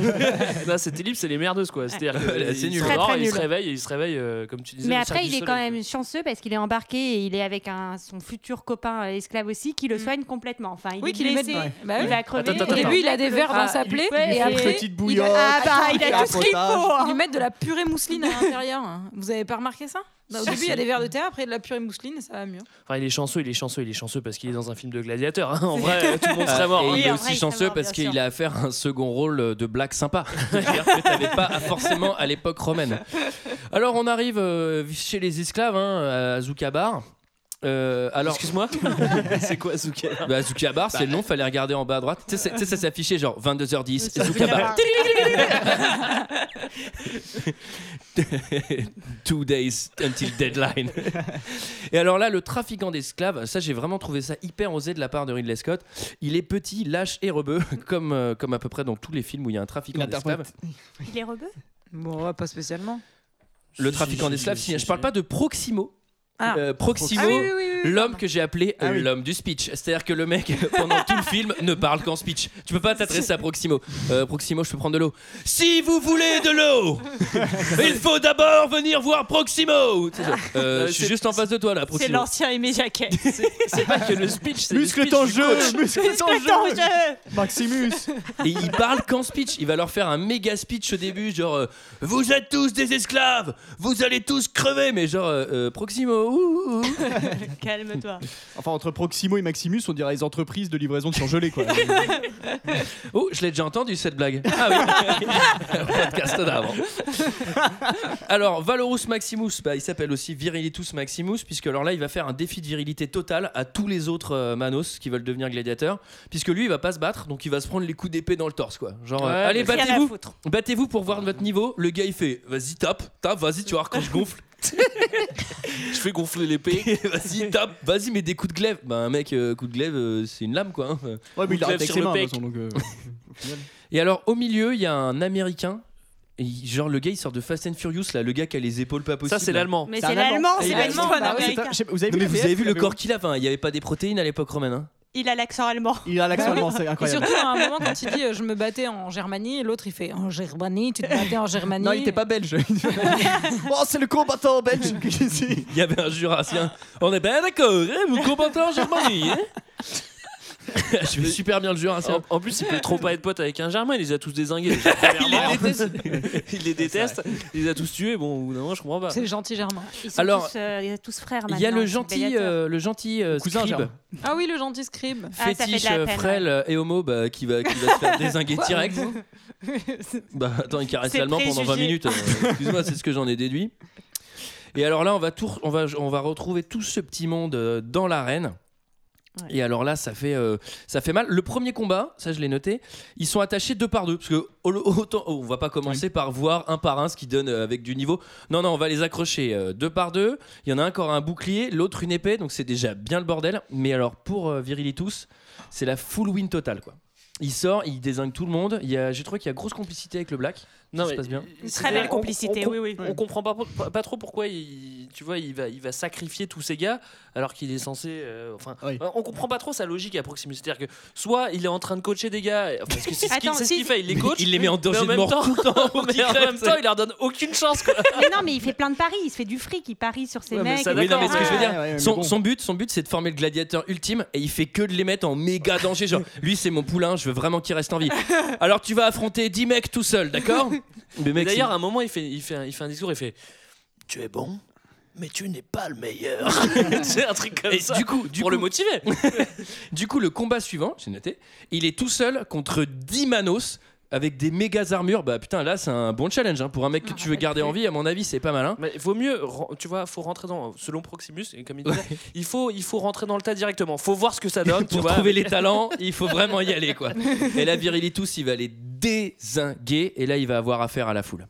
Non, cette ellipse, c'est les merdeuses quoi. C'est-à-dire
Ouais, c'est
qu'il
nul.
Très, très
il se
nul.
réveille, et il se réveille euh, comme tu disais.
Mais
le
après,
cercle
il
du
est quand
soleil.
même chanceux parce qu'il est embarqué et il est avec un, son futur copain euh, esclave aussi qui le soigne complètement. Enfin, il
Oui,
est Ah
qu'il les mette
blessé,
dans- Bah
il
oui.
va crever.
Attends,
Au
attends,
début, il a des verres dans sa
il lui
plaie,
fait
et
une
après,
petite
il
bouillotte.
a-
Ah bah, il a
un
tout ce qu'il
potage.
faut.
Ils lui mettent de la purée mousseline à l'intérieur. hein. Vous avez pas remarqué ça Bah, Au début, il y a des verres de terre, après il y a de la purée mousseline, et ça va mieux.
Enfin, il est chanceux, il est chanceux, il est chanceux parce qu'il est dans un film de gladiateur. hein. En vrai, tout le monde serait mort.
Ah, Et
hein.
il est
en
aussi
vrai, il serait
chanceux
mort,
parce
bien
qu'il
sûr.
a à faire un second rôle euh, de blague sympa. C'est-à-dire que t'avais pas forcément à l'époque romaine. Alors on arrive euh, chez les esclaves, hein, à Zoukabar. Euh, alors,
Excuse-moi. c'est quoi Zuka
bah, Zoukabar, c'est le nom, fallait regarder en bas à droite. Tu sais, c'est- tu sais, ça s'affichait genre 22h10, Zoukabar. Two days until deadline. Et alors là, le trafiquant d'esclaves, ça j'ai vraiment trouvé ça hyper osé de la part de Ridley Scott. Il est petit, lâche et rebeu, comme, euh, comme à peu près dans tous les films où il y a un trafiquant d'esclaves.
Il est rebeu
Bon, ouais, pas spécialement.
Le
Si,
trafiquant
si, si,
d'esclaves,
si,
si,
si,
je parle
si.
pas de Proximo.
Ah.
Euh, Proximo.
Ah oui, oui, oui, oui.
L'homme que j'ai appelé euh,
Ah oui.
l'homme du speech. C'est-à-dire que le mec, pendant tout le film, ne parle qu'en speech. Tu peux pas t'adresser à Proximo. Euh, Proximo, je peux prendre de l'eau. Si vous voulez de l'eau, il faut d'abord venir voir Proximo. Tu sais, genre, euh, je suis
c'est-
juste en face de toi là,
C'est
Proximo.
l'ancien Aimé Jacquet.
C'est pas que le speech, c'est. le
Muscle
speech
ton
du
jeu,
coach.
muscle ton
Attends,
jeu,
je-
Maximus.
Et il parle qu'en speech. Il va leur faire un méga speech au début, genre euh, Vous êtes tous des esclaves, vous allez tous crever. Mais genre, euh, euh, Proximo, ouh, ouh, ouh.
Calme-toi.
Enfin, entre Proximo et Maximus, on dirait les entreprises de livraison de surgelés, quoi.
Oh, je l'ai déjà entendu cette blague. Ah oui, podcast d'avant. Alors, Valorus Maximus, bah, il s'appelle aussi Virilitus Maximus, puisque alors là, il va faire un défi de virilité totale à tous les autres euh, Manos qui veulent devenir gladiateurs, puisque lui, il va pas se battre, donc il va se prendre les coups d'épée dans le torse, quoi. Genre, euh,
Ouais,
allez,
Rien à
battez-vous,
foutre.
battez-vous pour voir votre niveau. Le gars, il fait, vas-y, tape, tape, vas-y, tu vas voir quand je gonfle.
Je fais gonfler l'épée.
vas-y, tape, vas-y, mets des coups de glaive. Bah, un mec, euh, coup de glaive, euh, c'est une lame, quoi. hein.
Ouais, mais il
Ou
arrête
de
avec
sur
ses
le
mains, de
pec.
toute façon, donc, euh,
Et alors, au milieu, il y a un américain. Et il- genre, le gars, il sort de Fast and Furious, là, le gars qui a les épaules pas possibles.
Ça, c'est l'allemand.
Mais
C'est
c'est
un Allemand.
l'allemand, c'est
Ah,
pas
il
du
est
tout
allemand,
un
bah
C'est un-
oui,
américain.
je sais pas, Vous avez
Non,
vu,
mais
la
vous
VF,
avez vu le
mais
corps qu'il a enfin, Il n'y avait pas des protéines à l'époque romaine. hein.
Il a l'accent allemand.
Il a l'accent allemand, c'est
Et
incroyable.
surtout, à un moment, quand il dit euh, Je me battais en Germanie, et l'autre il fait En Germanie, tu te battais en Germanie.
Non, il était pas belge. oh, c'est le combattant belge.
Il y avait un jurassien. On est bien d'accord, hein, vous combattez en Germanie. hein. je vais super bien le jurer.
En, en plus, il peut trop pas être pote avec un Germain, il les a tous désingués.
Il les déteste.
il les déteste, il les a tous tués. Bon, au bout d'un moment, je comprends pas.
C'est le gentil Germain.
Ils sont
Alors,
tous, euh, ils sont tous frères
Il
maintenant.
y a le
ils sont
gentil,
gladiateurs.
euh, le gentil euh,
Cousin
scribe,
Germain.
Ah oui, le gentil scribe.
Ah, ça fait de la
fétiche,
peine,
euh,
ouais.
frêle euh, et homo bah, qui, va, qui va se faire désinguer direct. Bah, attends, il caresse
C'est
l'allemand pendant 20
préjugé.
minutes. euh, Excuse-moi, c'est ce que j'en ai déduit. Et alors là, on va, tout, on va, on va retrouver tout ce petit monde euh, dans l'arène.
Ouais.
Et alors là, ça fait, euh, ça fait mal. Le premier combat, ça je l'ai noté, ils sont attachés deux par deux. Parce que au- autant, oh, on va pas commencer par voir un par un ce qui donne euh, avec du niveau. Non, non, on va les accrocher euh, deux par deux. Il y en a un qui aura un bouclier, l'autre une épée. Donc c'est déjà bien le bordel. Mais alors pour euh, Virilitus, c'est la full win totale. quoi. Il sort, il désingue tout le monde. Il y a- J'ai trouvé qu'il y a grosse complicité avec le Black. ça
Non,
se
mais-
passe bien.
Une
c'est-
très belle
on-
complicité,
on-
oui, oui.
On comprend pas, pas, pas trop pourquoi il, tu vois, il va, il va sacrifier tous ces gars alors qu'il est censé. euh, enfin,
Oui.
on comprend pas trop sa logique à Proximus. C'est-à-dire que soit il est en train de coacher des gars, enfin, parce que c'est ce qu'il
Attends,
c'est ce
si-
qu'il fait, il les coach.
Il les met en
mais
danger
en
de
même
mort
temps,
tout le temps. pour
mais
qu'ils
en
crèvent,
même temps, il leur donne aucune chance. quoi.
Mais non, mais il fait plein de paris. Il se fait du fric. Il parie sur ses
Ouais, mais
mecs.
ça,
Ah. etc.
Oui, non, mais ce que je veux dire,
Ah Ouais, ouais, mais
son,
bon.
son but, son but, c'est de former le gladiateur ultime et il fait que de les mettre en méga danger. Genre, lui, c'est mon poulain, je veux vraiment qu'il reste en vie. Alors, tu vas affronter 10 mecs tout seul, d'accord Mais
Mais
mec,
d'ailleurs, à un moment, il fait, il, fait un, il fait un discours, il fait Tu es bon, mais tu n'es pas le meilleur. c'est un truc comme
c'est- et
ça.
du coup, du
pour
coup,
le motiver.
du coup, le combat suivant, j'ai noté, il est tout seul contre 10 manos avec des méga armures. Bah putain, là, c'est un bon challenge hein. pour un mec que tu veux garder en vie. À mon avis, c'est pas hein. malin.
Mais vaut mieux, ren- tu vois, faut rentrer dans, selon Proximus, et comme il disait, il, faut, il faut rentrer dans le tas directement. Faut voir ce que ça donne. tu
pour
vois.
trouver les talents, il faut vraiment y aller quoi. Et là, Virilitus, il va les désinguer et là, il va avoir affaire à la foule.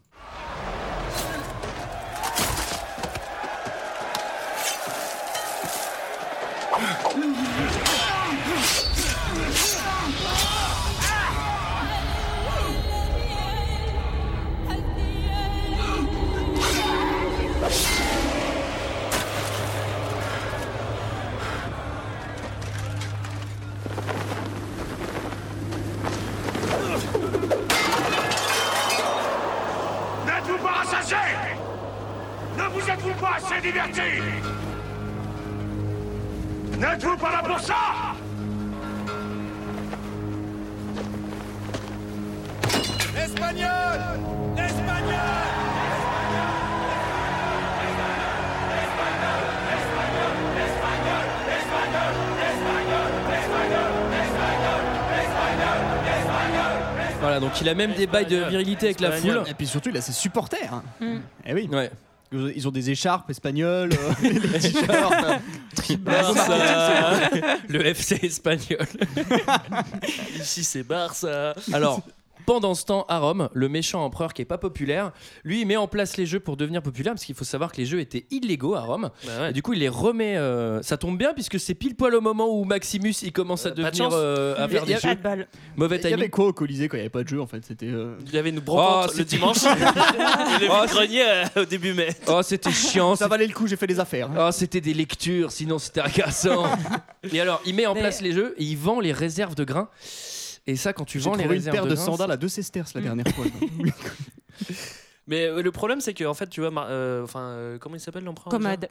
N'êtes-vous pas rassasiés Ne vous êtes-vous pas assez divertis N'êtes-vous pas là pour ça
Voilà, donc il a même des bails de virilité avec la foule.
Et puis surtout, il a ses supporters.
Mm.
Eh oui.
Ouais.
Ils ont des écharpes espagnoles, euh, des t-shirts.
Ah,
le FC espagnol.
Ici, c'est Barça.
Alors, pendant ce temps, à Rome, le méchant empereur qui est pas populaire, lui, il met en place les jeux pour devenir populaire, parce qu'il faut savoir que les jeux étaient illégaux à Rome.
Bah ouais.
Et du coup, il les remet. euh, Ça tombe bien, puisque c'est pile poil au moment où Maximus il commence à
Euh, pas de
devenir
chance.
euh, à
Il y a-
faire
il
des
y a
jeux.
pas de bol.
Mauvais
Il y avait
timing.
quoi au Colisée quand il n'y avait pas de jeu en fait C'était. euh,
Il y avait une
Oh,
brocante
c'est-
le dimanche. Il
Oh,
avait
c'est-
grenier euh, au début mai.
Oh, c'était chiant.
Ça valait le coup, j'ai fait des affaires. hein.
Ah, c'était des lectures, sinon c'était agaçant. et alors, il met en
Mais-
place les jeux et il vend les réserves de grains. Et ça, quand tu
J'ai
vends les
trouvé une
réserves
paire de
grains,
sandales à deux sesterces
Mm.
la dernière fois.
Mais euh, le problème, c'est que en fait, tu vois, Mar- euh, enfin, euh, comment il s'appelle l'empereur déjà
Commode.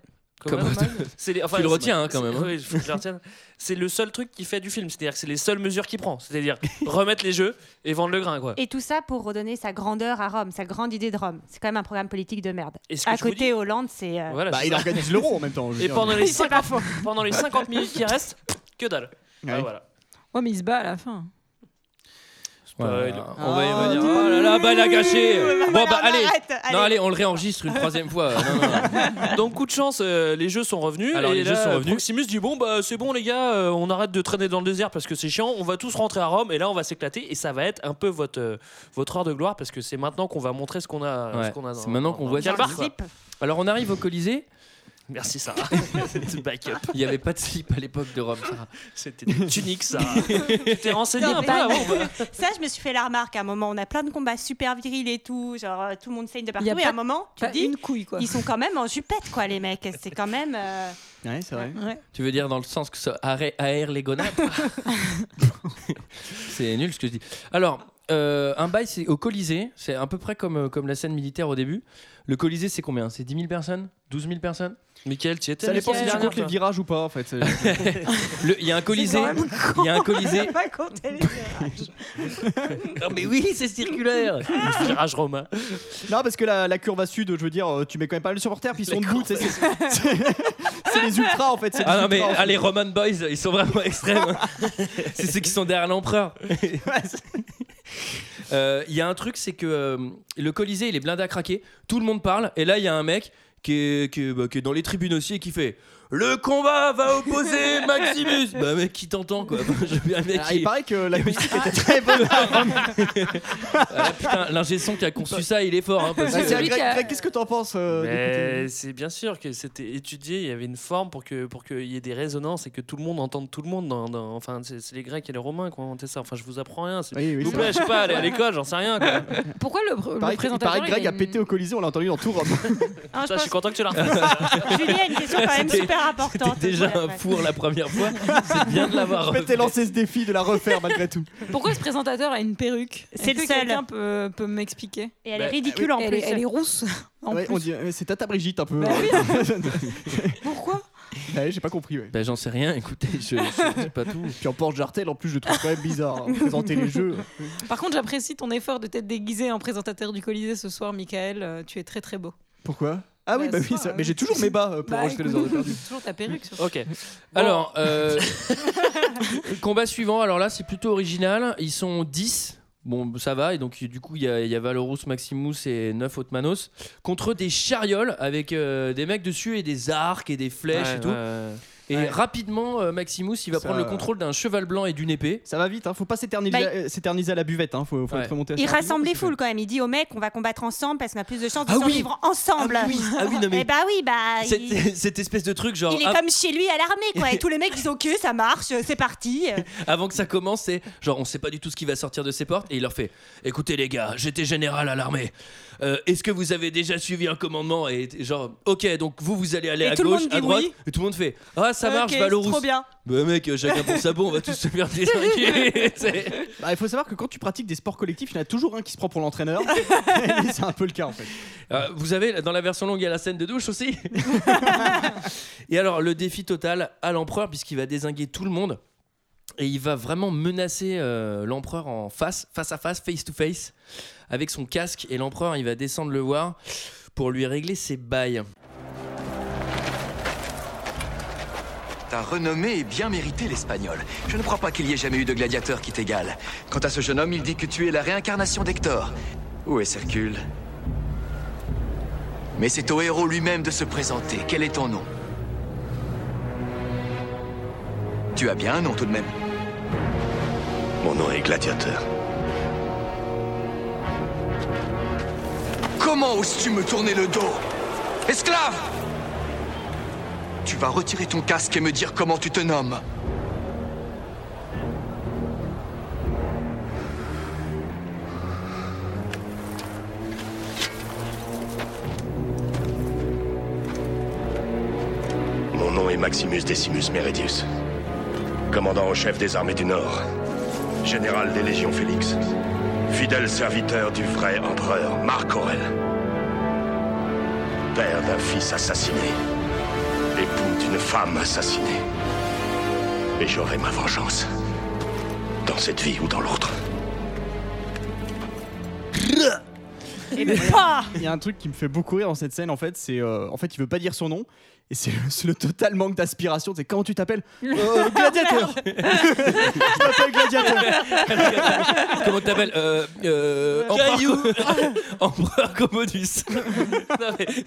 Commode. C'est les- enfin,
Tu le
c'est-
retiens, hein, quand
c'est-
même, hein.
oui, faut que je le retienne. C'est le seul truc qui fait du film. C'est-à-dire que c'est les seules mesures qu'il prend. C'est-à-dire remettre les jeux et vendre le grain, quoi.
Et tout ça pour redonner sa grandeur à Rome, sa grande idée de Rome. C'est quand même un programme politique de merde.
Et ce que
À
je vous
côté, Hollande, c'est. euh,
Voilà,
Bah,
c'est
il
ça.
organise l'euro en même temps. je veux
Et
dire.
pendant les,
C'est
50,
pas faux.
pendant les 50 minutes qui restent, que dalle. Ah,
Ouais.
voilà.
Ouais, mais il se bat à la fin.
Ouais,
Spoil.
on va y revenir. Oh là là, bah, il a gâché. Bon, bah, allez.
arrête,
Non, allez, on le réenregistre une troisième fois. Non, non, non.
Donc coup de chance, euh, les jeux sont revenus.
Alors,
et
les
là,
jeux sont revenus.
Proximus dit bon bah c'est bon les gars, euh, on arrête de traîner dans le désert parce que c'est chiant. On va tous rentrer à Rome et là on va s'éclater et ça va être un peu votre euh, votre heure de gloire parce que c'est maintenant qu'on va montrer ce qu'on a.
Ouais,
ce qu'on a dans-
c'est maintenant
dans-
qu'on
dans
voit
le calbar,
ça.
quoi.
Zip.
Alors, on arrive au Colisée.
Merci Sarah. C'était backup.
Il n'y avait pas de slip à l'époque de Rome. Sarah.
C'était des tuniques Sarah. tu t'es renseigné
Non,
un
mais-
peu avant. bah.
hein.
Ça, je me suis fait la remarque à un moment. On a plein de combats super virils et tout. Genre, euh, tout le monde saigne de partout.
Y a
Et
pas-
à un moment, tu
Pas
dis,
une couille, quoi.
ils sont quand même en jupette, quoi, les mecs. C'est quand même. euh,
Ouais, c'est vrai.
Ouais.
Tu veux dire dans le sens que E, ça arrête- aère les gonades C'est nul ce que je dis. Alors, euh, un bail, c'est au Colisée. C'est à peu près comme, euh, comme la scène militaire au début. Le Colisée, c'est combien C'est 10 000 personnes 12 000 personnes
Michael, tu y étais
Ça
la
dépend si
semaine
tu
dernière,
comptes les
toi
virages ou pas, en fait.
Le- Il y a un Colisée. Il y a un Colisée.
pas compté les
Non, mais oui, c'est circulaire.
Le virage romain.
Ah,
Non, parce que la, la curve à sud, je veux dire, euh, tu mets quand même pas le supporter, puis ils sont debout. tu sais, C'est c'est- c'est les ultras, en fait. c'est les
Ah non, mais
ultras, en fait.
ah, les
euh,
Roman Boys, ils sont vraiment extrêmes. hein. c'est ceux qui sont derrière l'empereur. Euh, Il y a un truc, c'est que euh, le Colisée, il est blindé à craquer. Tout le monde parle. Et là, il y a un mec qui est, qui est- bah, qui est dans les tribunes aussi et qui fait Le combat va opposer Maximus. bah, mec, qui t'entend, quoi Je veux un mec
Ah,
qui-
il paraît que la musique était très bonne.
Ah, putain, l'ingé son qui a conçu ça, il est fort. hein, parce
Vas-y,
que-
celui
Greg,
qui a-
Greg, qu'est-ce que t'en penses euh, d'écouter
Mais c'est bien sûr que c'était étudié, il y avait une forme pour que pour qu'il y ait des résonances et que tout le monde entende tout le monde. Dans, dans- enfin, c'est c'est les Grecs et les Romains qui ont inventé ça. Enfin, je vous apprends rien. c'est-
Oui, oui,
S'il vous
c'est
plaît, je sais pas, allez à l'école, j'en sais rien. Quoi.
Pourquoi le, pr- le
Il paraît, que- il
présentateur
paraît que Greg
il
a pété au Colisée, on l'a entendu dans tout Rome.
Ah, je
Ça, je suis
pense
content que tu l'as refait.
que Julie a une question quand même
C'était-
super importante.
C'était déjà un four la première fois. C'est bien de
Ah,
l'avoir.
Je m'étais lancé ce défi de la refaire malgré tout.
Pourquoi ce présentateur a une perruque
C'est
Est-ce
le
que
seul.
Quelqu'un peut, peut m'expliquer
Et elle
Bah,
est ridicule en
elle,
plus.
est- elle est rousse. En
Ouais,
plus.
on dit, euh, c'est Tata Brigitte un peu.
Bah oui.
Ouais,
Pourquoi
J'ai pas compris. Ouais.
Ben, j'en sais rien, écoutez, je, je sais pas tout.
Puis en Porsche Jartel, en plus, je le trouve quand même bizarre. hein, Présenter les jeux.
Par contre, j'apprécie ton effort de t'être déguisé en présentateur du Colisée ce soir, Michael. Euh, Tu es très très beau.
Pourquoi Ah oui,
Bah,
bah
c'est
oui,
ça,
ça-
ouais.
mais j'ai toujours mes bas euh, pour
Bah,
enregistrer les
écoute,
heures de perdu.
Toujours ta perruque. surtout.
Ok.
Alors, euh, combat suivant. Alors là, c'est plutôt original. Ils sont 10. Bon, ça va. Et donc, du coup, il y, a- il y a Valorus Maximus et 9 autres Manos contre des charioles avec euh, des mecs dessus et des arcs et des flèches
Ouais,
et tout.
ouais, ouais.
Et
Ouais.
rapidement, euh, Maximus, il va
Ça-
prendre le contrôle d'un cheval blanc et d'une épée.
Ça va vite, hein, faut pas s'éterniser
Bah,
euh, s'éterniser à la buvette, hein, faut, faut
Ouais.
être remonté assez
Il
rapidement,
rassemble les
parce que-
foules quand même. Il dit aux mecs on va combattre ensemble parce qu'on a plus de chances de
Ah oui.
survivre ensemble.
Ah oui, ah oui, non, mais-
Et bah oui, bah.
Cette,
Il...
cette espèce de truc, genre,
il est
av-
comme chez lui à l'armée, quoi. Et tous les mecs disent Ok, ça marche, c'est parti.
avant que ça commence, c'est genre, on sait pas du tout ce qui va sortir de ses portes. Et il leur fait Écoutez, les gars, j'étais général à l'armée. Euh, Est-ce que vous avez déjà suivi un commandement Et t- genre, ok, donc vous, vous allez aller
Et
à
tout le
gauche,
monde dit
à droite.
oui.
Et tout le monde fait Ah, ça marche,
Ok, c'est
Valorous.
Trop bien.
Bah, mec, euh, chacun pour sa peau, on va tous se faire désinguer.
Bah, il faut savoir que quand tu pratiques des sports collectifs, il y en a toujours un qui se prend pour l'entraîneur. Et c'est un peu le cas en fait.
Euh, vous avez, dans la version longue, il y a la scène de douche aussi. et alors, le défi total à l'empereur, puisqu'il va désinguer tout le monde. Et il va vraiment menacer euh, l'empereur en face, face à face, face to face, avec son casque. Et l'empereur, il va descendre le voir pour lui régler ses bails.
Ta renommée est bien méritée, l'Espagnol. Je ne crois pas qu'il y ait jamais eu de gladiateur qui t'égale. Quant à ce jeune homme, il dit que tu es la réincarnation d'Hector. Où est Hercule Mais c'est au héros lui-même de se présenter. Quel est ton nom Tu as bien un nom tout de même.
Mon nom est Gladiateur.
Comment oses-tu me tourner le dos Esclave Tu vas retirer ton casque et me dire comment tu te nommes.
Mon nom est Maximus Decimus Meridius, commandant en chef des armées du Nord, général des légions Félix, fidèle serviteur du vrai empereur Marc Aurel, père d'un fils assassiné, époux d'une femme assassinée. Et j'aurai ma vengeance, dans cette vie ou dans l'autre.
Et pas
Il y a un truc qui me fait beaucoup rire dans cette scène en fait, c'est euh, en fait il veut pas dire son nom et c'est le, c'est le total manque d'aspiration. C'est comment tu t'appelles Euh, Gladiateur. Je m'appelle Gladiateur.
Comment t'appelles euh, euh, Empereur Com- Empereur Commodus.
Non, mais
Je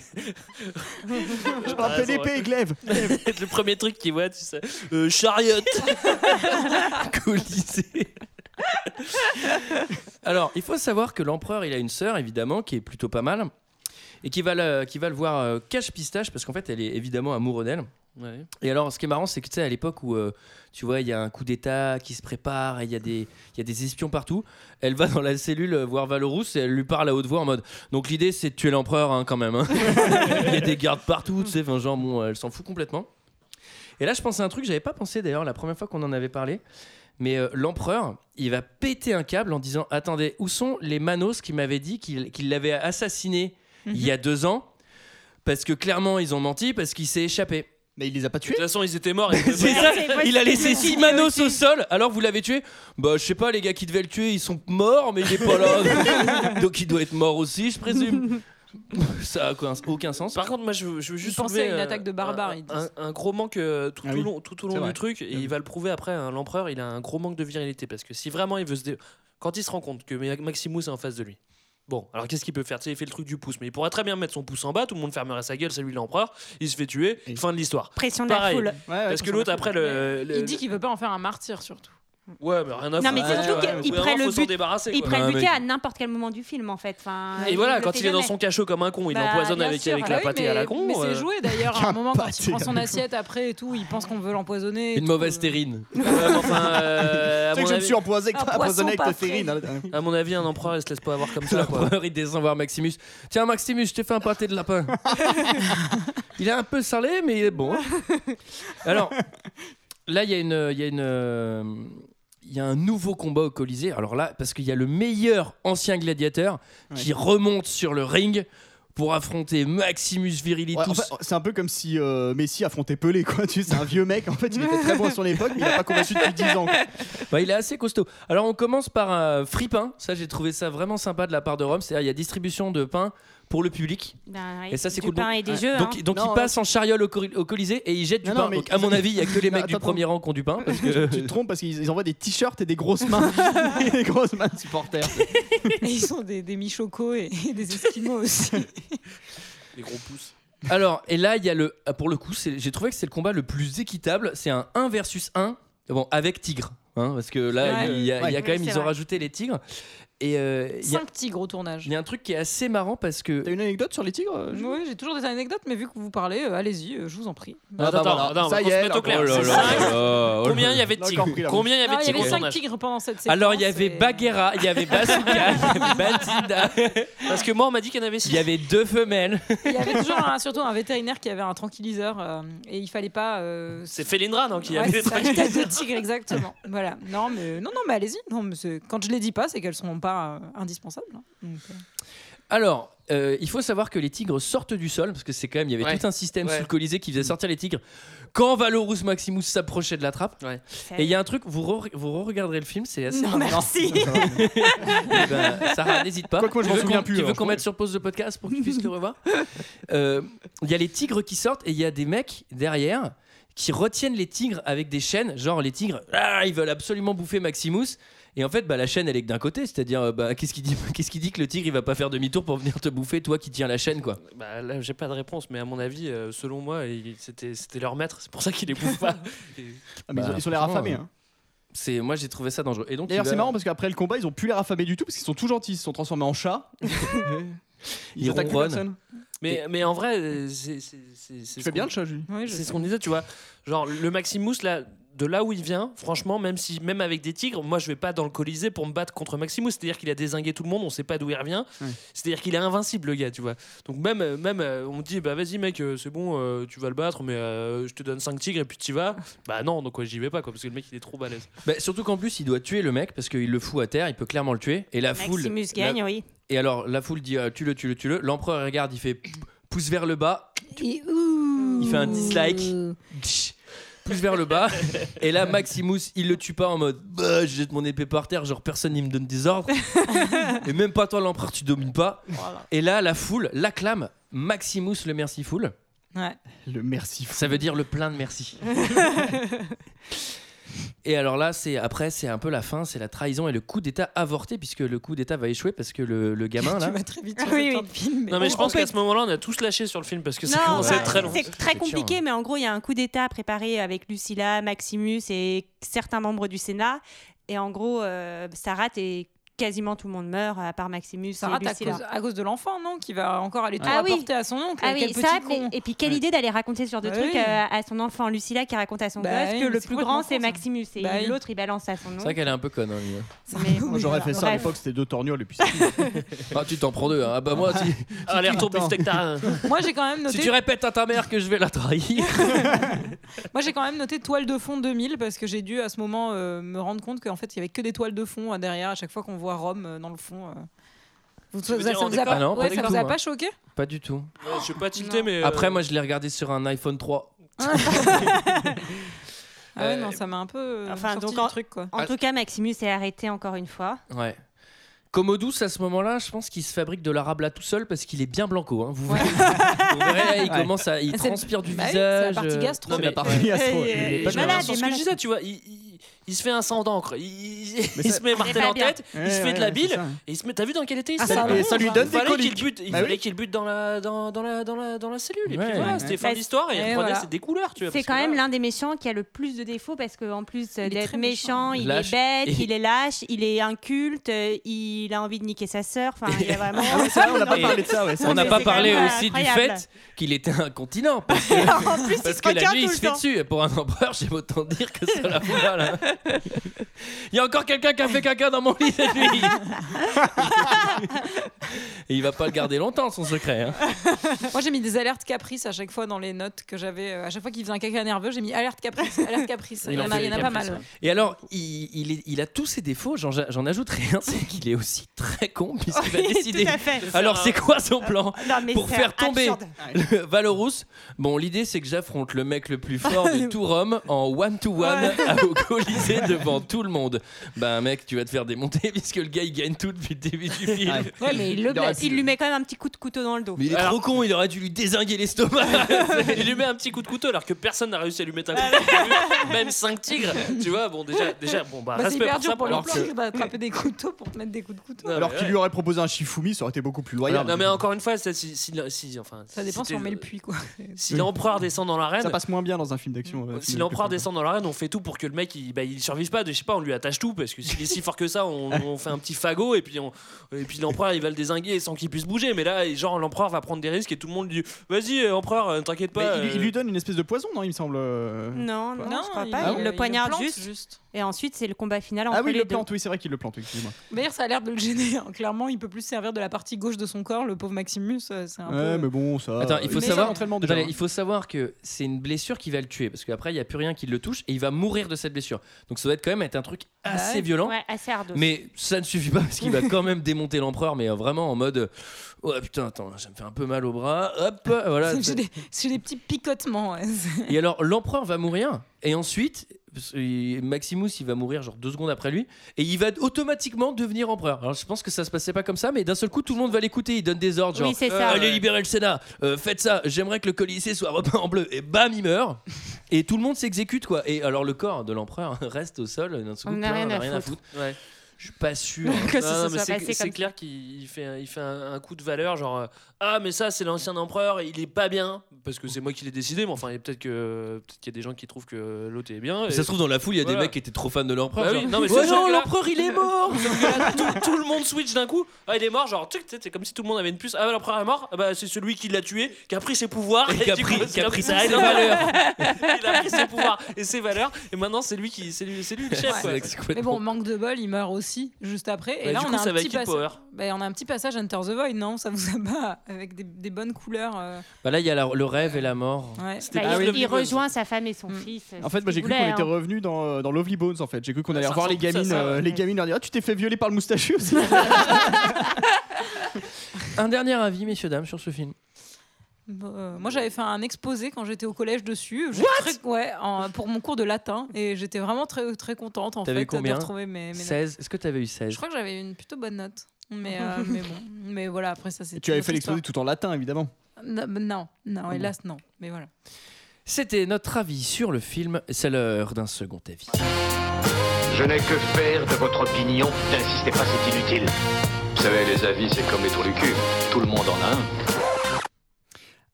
Ah,
m'appelle
Ouais, ça aurait-
Épée Glaive.
c'est le premier truc qu'il voit, tu sais. Euh, chariot.
Colisée. Alors, il faut savoir que l'empereur, il a une sœur, évidemment, qui est plutôt pas mal, et qui va le, qui va le voir euh, cache-pistache, parce qu'en fait, elle est évidemment amoureuse d'elle.
Ouais.
Et alors, ce qui est marrant, c'est que tu sais, à l'époque où, euh, tu vois, il y a un coup d'État qui se prépare, et il y, a des- il y a des espions partout, elle va dans la cellule euh, voir Valorous et elle lui parle à haute voix en mode Donc, l'idée, c'est de tuer l'empereur, hein, quand même. hein. il y a des gardes partout, tu sais, enfin, genre, bon, elle s'en fout complètement. Et là, je pensais à un truc, que j'avais pas pensé d'ailleurs la première fois qu'on en avait parlé. Mais euh, l'empereur, il va péter un câble en disant Attendez, où sont les Manos qui m'avaient dit qu'il qu'il l'avait assassiné il y a deux ans Parce que clairement, ils ont menti parce qu'il s'est échappé.
Mais il les a pas
De
tués
toute façon, ils étaient morts. ils étaient
C'est
morts.
ça,
c'est possible.
il a laissé six manos au sol, alors vous l'avez tué Bah, je sais pas, les gars qui devaient le tuer, ils sont morts, mais il est pas là. Donc il doit être mort aussi, je présume. Ça a quoi- aucun sens.
Par contre, moi, je veux, je veux juste
pensaient
soulever,
à une
euh,
attaque de barbares,
un-
ils
Un,
disent.
un gros manque euh, tout,
Ah
au
oui.
long, tout au
C'est
long
vrai. Ah
du truc, et
Oui.
il va le prouver après. hein, L'empereur, il a un gros manque de virilité parce que si vraiment il veut se dé- quand il se rend compte que Ma- Maximus est en face de lui. Bon, alors qu'est-ce qu'il peut faire Tu sais, il fait le truc du pouce, mais il pourrait très bien mettre son pouce en bas, tout le monde fermerait sa gueule, c'est lui l'empereur, il se fait tuer,
Et-
fin de l'histoire.
Pression de
Pareil.
la foule.
Parce que l'autre, après, le, le-
Il dit qu'il veut pas en faire un martyr surtout.
Ouais, mais rien à
Non, mais
foutre,
surtout
ouais,
qu'il
ouais,
prend
vraiment,
le
faut s'en
but-
débarrasser,
Il
quoi.
prend le
Ouais,
buquet
mais-
à n'importe quel moment du film en fait. Enfin,
Et
il
voilà,
le
quand
fait
il est dans
jamais.
son cachot comme un con, il
Bah,
empoisonne
Bien
avec,
sûr.
avec
Ah
la
oui,
pâtée
mais-
à la con.
Mais c'est
euh,
joué d'ailleurs.
Qu'un
À un moment, quand il
pâté à
prend
la
son
con.
assiette après et tout, il pense qu'on veut l'empoisonner. et
Une
tout.
euh,
mauvaise terrine.
ouais, mais enfin, euh, à
Tu sais
mon
que je me
avis-
suis empoisonné avec
Un
ta- empoisonné avec
poisson
ta
pas
terrine. hein.
À mon avis, un empereur, il se laisse pas avoir comme ça. Quoi.
L'empereur, il descend voir Maximus. Tiens, Maximus, je t'ai fait un pâté de lapin. il est un peu salé, mais bon. hein. Alors, là, il y a une. Il y a une euh, il y a un nouveau combat au Colisée. Alors là, parce qu'il y a le meilleur ancien gladiateur qui remonte sur le ring pour affronter Maximus
Ouais,
Virilitus.
en fait, c'est un peu comme si euh, Messi affrontait Pelé, quoi. Tu sais, c'est un vieux mec. En fait, il était très bon sur l'époque, mais il a pas combattu depuis 10 ans. quoi.
Bah, il est assez costaud. Alors on commence par un fripin. Ça, j'ai trouvé ça vraiment sympa de la part de Rome. C'est-à-dire, il y a distribution de pain pour le public.
Ben, ouais,
Et ça, c'est
du
cool.
pain et des jeux.
Donc,
hein.
donc
Non,
il passe en chariole au, Cori- au Colisée et il jette du
Non,
pain.
non, mais-
donc, à mon avis, il y a que les
Non,
mecs du
attends,
premier rang qui ont du pain. Parce que...
Tu te trompes parce qu'ils ils envoient des t-shirts et des grosses mains. des grosses mains de supporters.
Et ils sont des, des Michocos et, et des Esquimaux aussi.
Les gros pouces.
Alors, et là, il y a le. ah, Pour le coup, c'est- j'ai trouvé que c'est le combat le plus équitable. C'est un 1 versus 1. Bon, avec tigre. hein, parce que là,
Ouais.
il y a, il y a
Ouais.
quand même,
Oui,
ils
c'est
ont
vrai.
rajouté les tigres. Et euh, il y a-
Cinq tigres au tournage.
il y, a un truc qui est assez marrant parce que. Ah,
T'as une anecdote sur les tigres euh, Jules
Oui, j'ai toujours des anecdotes, mais vu que vous parlez, euh, allez-y, euh, je vous en prie.
Ah, bah,
attends,
voilà.
attends, on
Ça
va
y
qu'on se
est,
mette au clair.
oh là
C'est
là.
cinq.
oh là
Combien il y avait de
Là,
tigres
encore pris, là.
Combien il y
Ah,
avait de
Il y
tigres
avait
au
5
tournage
tigres pendant cette séquence.
Alors, il y avait
et-
Bagheera, il y avait Bazooka, il y avait Bandida,
Parce que moi, on m'a dit qu'il y en avait
il y
6.
avait deux femelles.
Il y avait toujours un- surtout un vétérinaire qui avait un tranquilliseur euh, et il fallait pas. euh,
C'est Felindra, non, qui
Ouais,
avait des
c'est ça,
trucs.
une tête de tigre, exactement. Voilà. Non, mais non, non, mais allez-y. Non, mais c'est- quand je les dis pas, c'est qu'elles seront pas euh, indispensables. hein. Donc, euh,
Alors, euh, il faut savoir que les tigres sortent du sol, parce que c'est quand même, il y avait
Ouais.
tout un système
Ouais.
sous le Colisée qui faisait sortir les tigres quand Valorus Maximus s'approchait de la trappe. Et il y a un truc, vous, re- vous regarderez le film, c'est assez marrant.
Non, merci.
Eh ben, Sarah, n'hésite pas.
Quoique moi, je
Tu
m'en
veux
souviens
qu'on-
plus,
Tu
hein,
veux
je
qu'on mette sur pause le podcast pour que tu puisses le revoir Euh, Il y a les tigres qui sortent et il y a des mecs derrière qui retiennent les tigres avec des chaînes. Genre, les tigres, ah, ils veulent absolument bouffer Maximus. Et en fait, bah, la chaîne, elle est que d'un côté. C'est-à-dire, euh, bah, qu'est-ce qui dit, qu'est-ce qui dit que le tigre, il va pas faire demi-tour pour venir te bouffer, toi qui tiens la chaîne, quoi
Bah, là, j'ai pas de réponse, mais à mon avis, euh, selon moi, il- c'était c'était leur maître. C'est pour ça qu'il les bouffe pas.
Ah, mais ils ont-
Bah,
ils sont l'air
franchement,
affamés.
euh,
hein.
C'est, moi, j'ai trouvé ça dangereux. Et donc,
D'ailleurs,
il
c'est
va-
marrant parce qu'après le combat, ils ont plus l'air affamés du tout parce qu'ils sont tout gentils. Ils se sont transformés en chats.
Ils
attaquent plus
ronronnent.
personne.
Mais, mais en vrai, euh, c'est. c'est- c'est- c'est
Tu
ce
fais bien
qu'on-
le chat, Julie
oui, je-
C'est ce qu'on disait, tu vois. Genre, le Maximus, là, de là où il vient, franchement, même si même avec des tigres, moi, je vais pas dans le Colisée pour me battre contre Maximus. C'est-à-dire qu'il a désingué tout le monde, on sait pas d'où il revient.
Ouais.
C'est-à-dire qu'il est invincible, le gars, tu vois. Donc, même, euh, même euh, on dit, bah vas-y, mec, euh, c'est bon, euh, tu vas le battre, mais euh, je te donne 5 tigres et puis tu vas. Bah non, donc ouais, j'y vais pas, quoi, parce que le mec, il est trop balèze.
Bah, surtout qu'en plus, il doit tuer le mec parce qu'il le fout à terre. Il peut clairement le tuer. Et la foule.
Maximus
la-
gagne, oui.
Et alors, la foule dit euh, tue-le, tue-le, tue-le. L'empereur il regarde, il fait p- pouce vers le bas,
Et ouh.
Il fait un dislike. gsh, pouce vers le bas. Et là, Maximus, il le tue pas en mode bah, je jette mon épée par terre, genre personne il me donne des ordres. et même pas toi, l'empereur, tu domines pas.
Voilà.
Et là, la foule l'acclame Maximus le Merciful.
Ouais.
Le merci.
Ça veut dire le plein de merci. Et alors là, c'est après, c'est un peu la fin, c'est la trahison et le coup d'État avorté puisque le coup d'État va échouer parce que le, le gamin
Tu
là,
vas très vite sur
Ah oui,
cette
oui.
fin de film. mais-
Non, mais je
on
pense
peut-
qu'à ce moment-là, on a tous lâché sur le film parce que ça
Non,
commençait
bah,
à être très long.
c'est très
C'est
compliqué,
chiant, hein.
mais en gros, il y a un coup d'État à préparer avec Lucilla, Maximus et certains membres du Sénat. Et en gros, euh, Sarah est quasiment tout le monde meurt, à part Maximus.
Ça rate
et
à
Lucilla.
cause, à cause de l'enfant, non Qui va encore aller tout
Ah oui.
rapporter à son oncle.
Ah oui,
quel
ça,
petit
mais-
con.
et puis quelle idée d'aller raconter ce genre de
Bah
truc
oui.
euh, à son enfant Lucilla qui raconte à son
Bah
gosse
oui,
que
mais
le
c'est
plus
complètement
grand
con,
c'est
ça.
Maximus et
Bah oui.
l'autre il balance à son nom.
C'est vrai qu'elle est un peu conne. hein, Mia.
Mais-
Moi, J'aurais fait ça à
Bref.
l'époque, c'était deux torgnoles et puis c'est
Ah, tu t'en prends deux. hein. Ah bah moi, si,
Allez, retourne
Attends.
bistec tarin.
Moi, j'ai quand même
si
noté.
tu répètes à ta mère que je vais la trahir.
Moi, j'ai quand même noté toile de fond 2000 parce que j'ai dû à ce moment euh, me rendre compte qu'en fait, il y avait que des toiles de fond euh, derrière à chaque fois qu'on voit Rome euh, dans le fond. euh. Vous,
Tu veux
ça,
dire
ça
en
vous a
décor
pas,
Ah non, pas
ouais,
du
ça
tout,
vous a
moi.
pas choqué
Pas du tout.
Ouais, Je suis pas tilté, mais. euh,
Après, moi, je l'ai regardé sur un iPhone 3.
Ah ouais,
Euh,
non, ça m'a un peu euh,
enfin,
sorti
donc,
du
en-
truc quoi.
En
Ah.
tout cas, Maximus est arrêté encore une fois.
Ouais. Commodus, à ce moment-là, je pense qu'il se fabrique de l'arabla tout seul parce qu'il est bien blanco. hein. Vous verrez, Vous verrez, il
Ouais.
commence à, il
C'est-
transpire du
Bah oui, c'est la
visage.
partie
euh,
gastro.
non, mais la
Mais-
partie-
il est
Et
pas
je reviens
malade,
sur
il est
ce que je
malade.
disais, tu vois, il, il- il se fait un sang en d'encre, il, il- il
ça-
se met Martel
pas
en
bien.
tête, il se fait de la bile, et il se met. T'as vu dans quel été il
Ah,
s'est
ça
mis
Et ça
lui
Il
donne des
fallait qu'il
coliques.
bute, il
Bah
fallait
oui.
qu'il bute dans la dans, dans la dans la dans la cellule, et
Ouais.
puis voilà,
Ouais.
c'était fin
Bah,
de
Ah,
l'histoire, et
et
il prenait
voilà.
ses découleurs, tu vois.
C'est
parce que
quand même
là-
l'un des méchants qui a le plus de défauts parce qu'en plus
est
euh, d'être
très méchant.
méchant, il
Lâche.
est bête,
Et-
il est lâche, il est inculte, euh, il a envie de niquer sa sœur. Enfin, il y a vraiment.
Ah oui, c'est vrai, on n'a pas
Et-
parlé de ça, ouais. c'est
On
vrai.
n'a
Mais
pas
c'est
parlé
quand même
aussi du
incroyable.
fait qu'il était incontinent. Parce que,
en plus, il
parce
se
que la
retient
nuit, il se
tout le
fait
temps.
dessus. Et pour un empereur, j'aime autant dire que ça la fout mal. hein. Il y a encore quelqu'un qui a fait caca dans mon lit cette nuit. Et il va pas le garder longtemps, son secret. hein.
Moi, j'ai mis des alertes caprices à chaque fois dans les notes que j'avais. euh, À chaque fois qu'il faisait un caca nerveux, j'ai mis alerte caprice, alerte caprice.
Il
Il y
en
en a,
fait
il y en a
des
pas
caprices,
mal.
ouais.
Et alors, il, il est- il a tous ses défauts. J'en, j'en ajouterai un c'est qu'il est aussi très con, puisqu'il va
Oui,
décider.
tout à fait.
Alors, c'est quoi son plan
Non, mais
Pour
c'est
faire tomber.
absurde.
Le Valorous, bon, l'idée c'est que j'affronte le mec le plus fort de tout Rome en one-to-one à- au Colisée devant tout le monde. Bah, mec, tu vas te faire démonter puisque le gars il gagne tout depuis le début du film.
Ah,
Ouais.
Ouais, mais il le
aurait
blesse.
pu-
Il lui met quand même un petit coup de couteau dans le dos.
Mais il est trop con, il aurait dû lui désinguer l'estomac.
il lui met un petit coup de couteau alors que personne n'a réussi à lui mettre un coup de couteau, même 5 tigres. Tu vois, bon déjà déjà bon bah,
Bah, c'est
respect
hyper
pour ça
dur pour le
alors
plan
que-
que d'attraper des couteaux pour te mettre des coups de couteau.
Non,
Alors
mais
qu'il
ouais.
lui aurait proposé un Shifumi, ça aurait été beaucoup plus
Voilà.
loyal.
Non mais encore une fois, ça, si, si- si- enfin,
Ça dépend si on
t'es-
met le puits quoi.
Si l'empereur descend dans l'arène,
Ça passe moins bien dans un film d'action. euh,
Si
film
l'empereur
plus-
descend dans l'arène, on fait tout pour que le mec il, bah, il survive pas. Je sais pas, on lui attache tout parce que s'il est si fort que ça, on, on fait un petit fagot et puis, on- et puis l'empereur il va le désinguer sans qu'il puisse bouger. Mais là, genre l'empereur va prendre des risques et tout le monde lui dit Vas-y, euh, empereur, euh, t'inquiète
Mais
pas.
il, lui-
euh,
il lui donne une espèce de poison, non Il me semble. euh,
Non, non, je crois pas.
Ah
il,
bon
le poignarde juste.
juste.
Et ensuite, c'est le combat final entre
Ah oui, il
les
le
deux.
plante, oui, c'est vrai qu'il le plante, excusez-moi.
D'ailleurs, ça a l'air de le gêner. hein. Clairement, il peut plus se servir de la partie gauche de son corps, le pauvre Maximus. euh, C'est un
Ouais,
peu.
mais bon, ça.
Attends, il faut
fait
savoir-
un entraînement déjà.
Attendez, il faut savoir que c'est une blessure qui va le tuer parce qu'après il n'y a plus rien qui le touche et il va mourir de cette blessure. Donc ça doit être quand même être un truc assez
Bah ouais.
violent.
Ouais, assez ardos.
Mais ça ne suffit pas parce qu'il va quand même démonter l'empereur, mais euh, vraiment en mode euh, Ouais, putain, attends, ça me fait un peu mal au bras. Hop, voilà.
C'est- J'ai des, j'ai des petits picotements. ouais. C'est-
Et alors, l'empereur va mourir, et ensuite, parce que, euh, Maximus, il va mourir genre deux secondes après lui, et il va automatiquement devenir empereur. Alors, je pense que ça se passait pas comme ça, mais d'un seul coup, tout le monde va l'écouter. Il donne des ordres, genre
Oui, c'est
euh,
ça.
Allez libérer le Sénat, euh, faites ça, j'aimerais que le Colisée soit repeint en bleu. Et bam, il meurt. Et tout le monde s'exécute, quoi. Et alors, le corps de l'empereur reste au sol, d'un seul
On
coup,
n'a
plein,
rien
on n'a
à
rien à
foutre.
foutre.
ouais.
Je suis pas sûr.
que
Non,
ça se
non, mais
soit
c'est-
passé
c'est
comme
clair qu'il il fait, un- il fait un, un coup de valeur, genre euh, ah mais ça c'est l'ancien empereur, il est pas bien parce que c'est moi qui l'ai décidé, mais enfin et peut-être que peut-être qu'il y a des gens qui trouvent que l'autre est bien.
Ça se trouve, dans la foule, il y a des
Voilà.
mecs qui étaient trop fans de l'empereur.
Bah oui,
genre,
non, mais
Oh
c'est sûr
non,
que là-
l'empereur, il est mort
Sauf que là, tout, tout le monde switch d'un coup. Ah, il est mort, genre, tuc, tu sais, c'est comme si tout le monde avait une puce. Ah, bah, l'empereur est mort. Ah, bah, c'est celui qui l'a tué, qui a pris ses pouvoirs.
Et qui a
Bah du
pris-
coup,
qui a
c'est
pris
comme
ses
ça.
valeurs.
Il a pris ses pouvoirs et ses valeurs. Et maintenant, c'est lui qui, c'est lui, c'est lui le chef. quoi.
C'est complètement-
Mais bon, manque de bol, il meurt aussi juste après. Et
Bah,
là,
du
on
coup,
a
ça
un
va
petit
qui le
passage.
power
Bah, on a un petit passage Enter the Void, non Ça vous abat avec des, des bonnes couleurs. euh,
Bah là, il y a la- le rêve et la mort.
ouais.
C'était
Bah,
plus
il,
Lovely
il
Bones.
rejoint sa femme et son
Mm.
fils.
En fait, moi j'ai cru
hein.
qu'on était revenu dans, dans Lovely Bones. En fait, j'ai cru qu'on
Ouais,
allait
hein. Ah, ça
revoir les
ressemble
gamines,
plus à ça,
euh,
ouais.
les gamines leur dire, ah, tu t'es fait violer par le moustachu. aussi.
Un dernier avis, messieurs, dames, sur ce film.
Bon, euh, moi, j'avais fait un exposé quand j'étais au collège dessus. J'étais très- ouais, en- pour mon cours de latin. Et j'étais vraiment très, très contente en
T'avais
fait
combien
de retrouver mes, mes notes.
16. Est-ce que tu avais eu 16
Je crois que j'avais une plutôt bonne note. Mais, euh, mais bon, mais voilà, après ça c'est.
tu avais
une
fait
autre histoire.
l'exposé Ah tout en latin, évidemment.
Non, non, non, hélas, non. Mais voilà.
C'était notre avis sur le film. C'est l'heure d'un second avis.
Je n'ai que faire de votre opinion. N'insistez pas, c'est inutile.
Vous savez, les avis, c'est comme les trous du cul. Tout le monde en a un.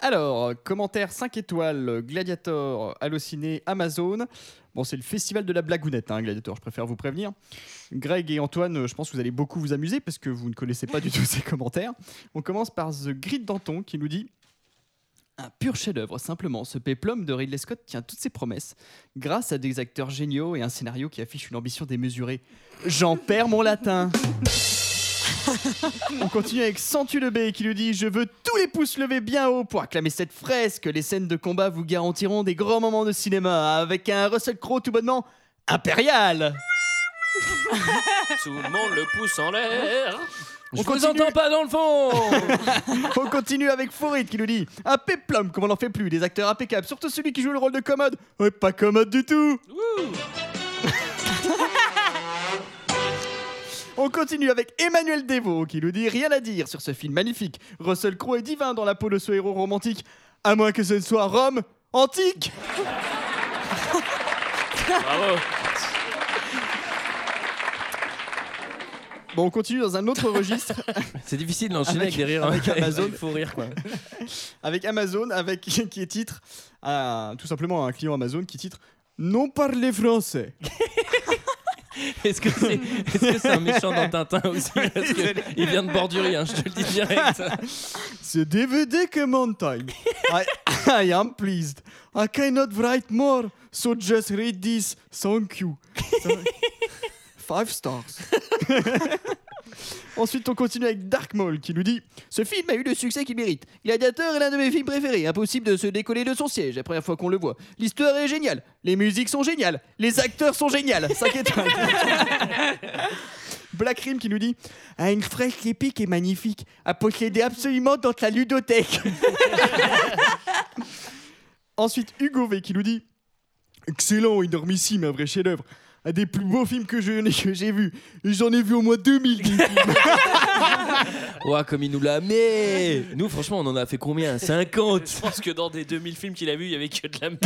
Alors, commentaire 5 étoiles, Gladiator, Allociné, Amazon. Bon, c'est le festival de la blagounette, hein, Gladiator, je préfère vous prévenir. Greg et Antoine, euh, je pense que vous allez beaucoup vous amuser parce que vous ne connaissez pas du tout ces commentaires. On commence par The Grid Danton qui nous dit un pur chef-d'œuvre, simplement. Ce péplum de Ridley Scott tient toutes ses promesses grâce à des acteurs géniaux et un scénario qui affiche une ambition démesurée. J'en perds mon latin On continue avec Santu le B qui nous dit Je veux tous les pouces levés bien haut pour acclamer cette fresque. Les scènes de combat vous garantiront des grands moments de cinéma avec un Russell Crowe tout bonnement impérial
Tout le monde le pousse en l'air.
On vous entend pas dans le fond On continue avec Fourid qui nous dit Un péplum, comme on n'en fait plus, des acteurs impeccables, surtout celui qui joue le rôle de commode. Ouais, pas commode du tout On continue avec Emmanuel Deveau qui nous dit Rien à dire sur ce film magnifique. Russell Crowe est divin dans la peau de ce héros romantique, à moins que ce ne soit Rome antique
Bravo.
Bon, on continue dans un autre registre.
C'est difficile d'enchaîner avec,
Avec-
des rires.
avec Amazon.
il faut rire quoi.
avec Amazon, avec qui est titre à- tout simplement un client Amazon qui titre non parler français.
Est-ce que c'est est-ce que c'est un méchant dans Tintin aussi Parce que Il vient de Bordurie, hein, je te le dis direct.
C'est DVD command time. I, I am pleased. I cannot write more, so just read this. Thank you. Five stars. Ensuite, on continue avec Dark Maul qui nous dit
Ce film a eu le succès qu'il mérite. Gladiator est l'un de mes films préférés. Impossible de se décoller de son siège la première fois qu'on le voit. L'histoire est géniale. Les musiques sont géniales. Les acteurs sont géniales.
5 étoiles. Black Rim qui nous dit Ah, Une fresque épique et magnifique à posséder absolument dans la ludothèque. Ensuite, Hugo V qui nous dit Excellent, énormissime, un vrai chef-d'œuvre. Un des plus beaux films que je- que j'ai vu. J'en ai vu au moins 2000. des films.
Ouah, comme il nous l'a mais Nous, franchement, on en a fait combien 50
Je pense que dans des 2000 films qu'il a vus, il y avait que de la merde.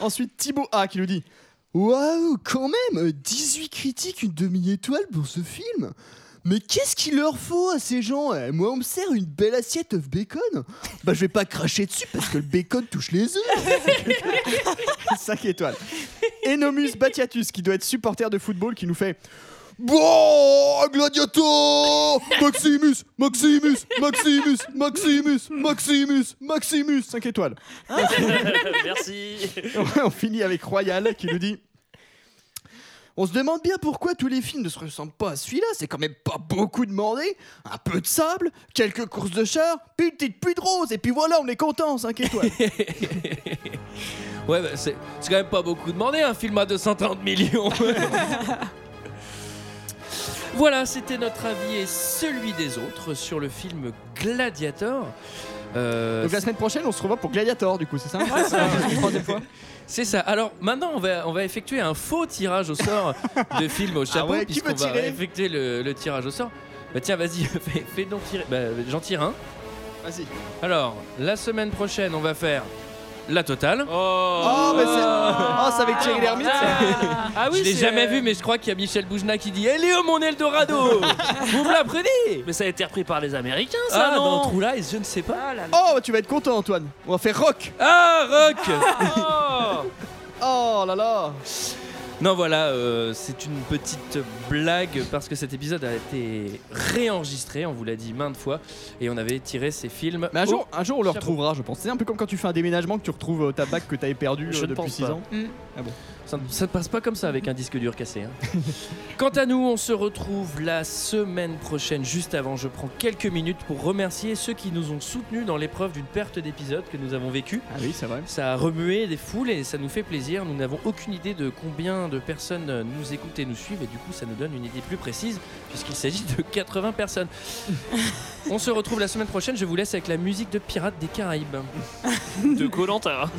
Ensuite, Thibaut A qui nous dit Waouh, quand même 18 critiques, une demi-étoile pour ce film mais qu'est-ce qu'il leur faut à ces gens Eh, Moi, on me sert une belle assiette of bacon. Bah, je vais pas cracher dessus parce que le bacon touche les œufs. 5 étoiles. Enomus Batiatus, qui doit être supporter de football, qui nous fait Bon, Gladiator Maximus, Maximus, Maximus, Maximus, Maximus, Maximus 5 étoiles.
Merci.
Ouais, on finit avec Royal qui nous dit On se demande bien pourquoi tous les films ne se ressemblent pas à celui-là, c'est quand même pas beaucoup demandé. Un peu de sable, quelques courses de chars, puis une petite pluie de rose, et puis voilà, on est content, 5 étoiles.
Ouais, bah, c'est c'est quand même pas beaucoup demandé un film à 230 millions. voilà, c'était notre avis et celui des autres sur le film Gladiator. Euh,
Donc la semaine prochaine, on se revoit pour Gladiator, du coup, c'est ça Troisième fois.
c'est ça. Alors maintenant, on va, on va effectuer un faux tirage au sort de films au chapeau,
Ah ouais, qui
puisqu'on
veut
va
tirer
effectuer le, le tirage au sort. Bah tiens, vas-y, fais, fais donc tirer. Bah, j'en tire un.
Vas-y.
Alors, la semaine prochaine, on va faire la totale.
Oh, bah c'est. Oh, c'est avec Thierry Lhermitte ça.
Ah oui,
je l'ai
c'est-
jamais vu, mais je crois qu'il y a Michel Boujna qui dit Eh Léo, mon Eldorado Vous me l'apprenez
Mais ça a été repris par les Américains, ça,
Ah,
non
dans True Lies, je ne sais pas.
Oh, bah, tu vas être content, Antoine. On va faire rock.
Ah, rock
Oh
Oh là là.
Non, voilà, euh, c'est une petite blague parce que cet épisode a été réenregistré, on vous l'a dit maintes fois, et on avait tiré ces films.
Mais un
au-
jour, un jour on le
chapeau.
retrouvera, je pense. C'est un peu comme quand tu fais un déménagement que tu retrouves euh, ta bague que t'avais perdue
Je
euh,
ne
depuis
pense
6
pas.
ans.
Ça ne ça ne passe pas comme ça avec un disque dur cassé. hein. Quant à nous, on se retrouve la semaine prochaine. Juste avant, je prends quelques minutes pour remercier ceux qui nous ont soutenus dans l'épreuve d'une perte d'épisode que nous avons vécue.
Ah oui, c'est vrai.
Ça a remué des foules et ça nous fait plaisir. Nous n'avons aucune idée de combien de personnes nous écoutent et nous suivent et du coup ça nous donne une idée plus précise puisqu'il s'agit de 80 personnes. On se retrouve la semaine
hein.
prochaine. Je vous laisse avec la musique de Pirates des Caraïbes.
De Colanta.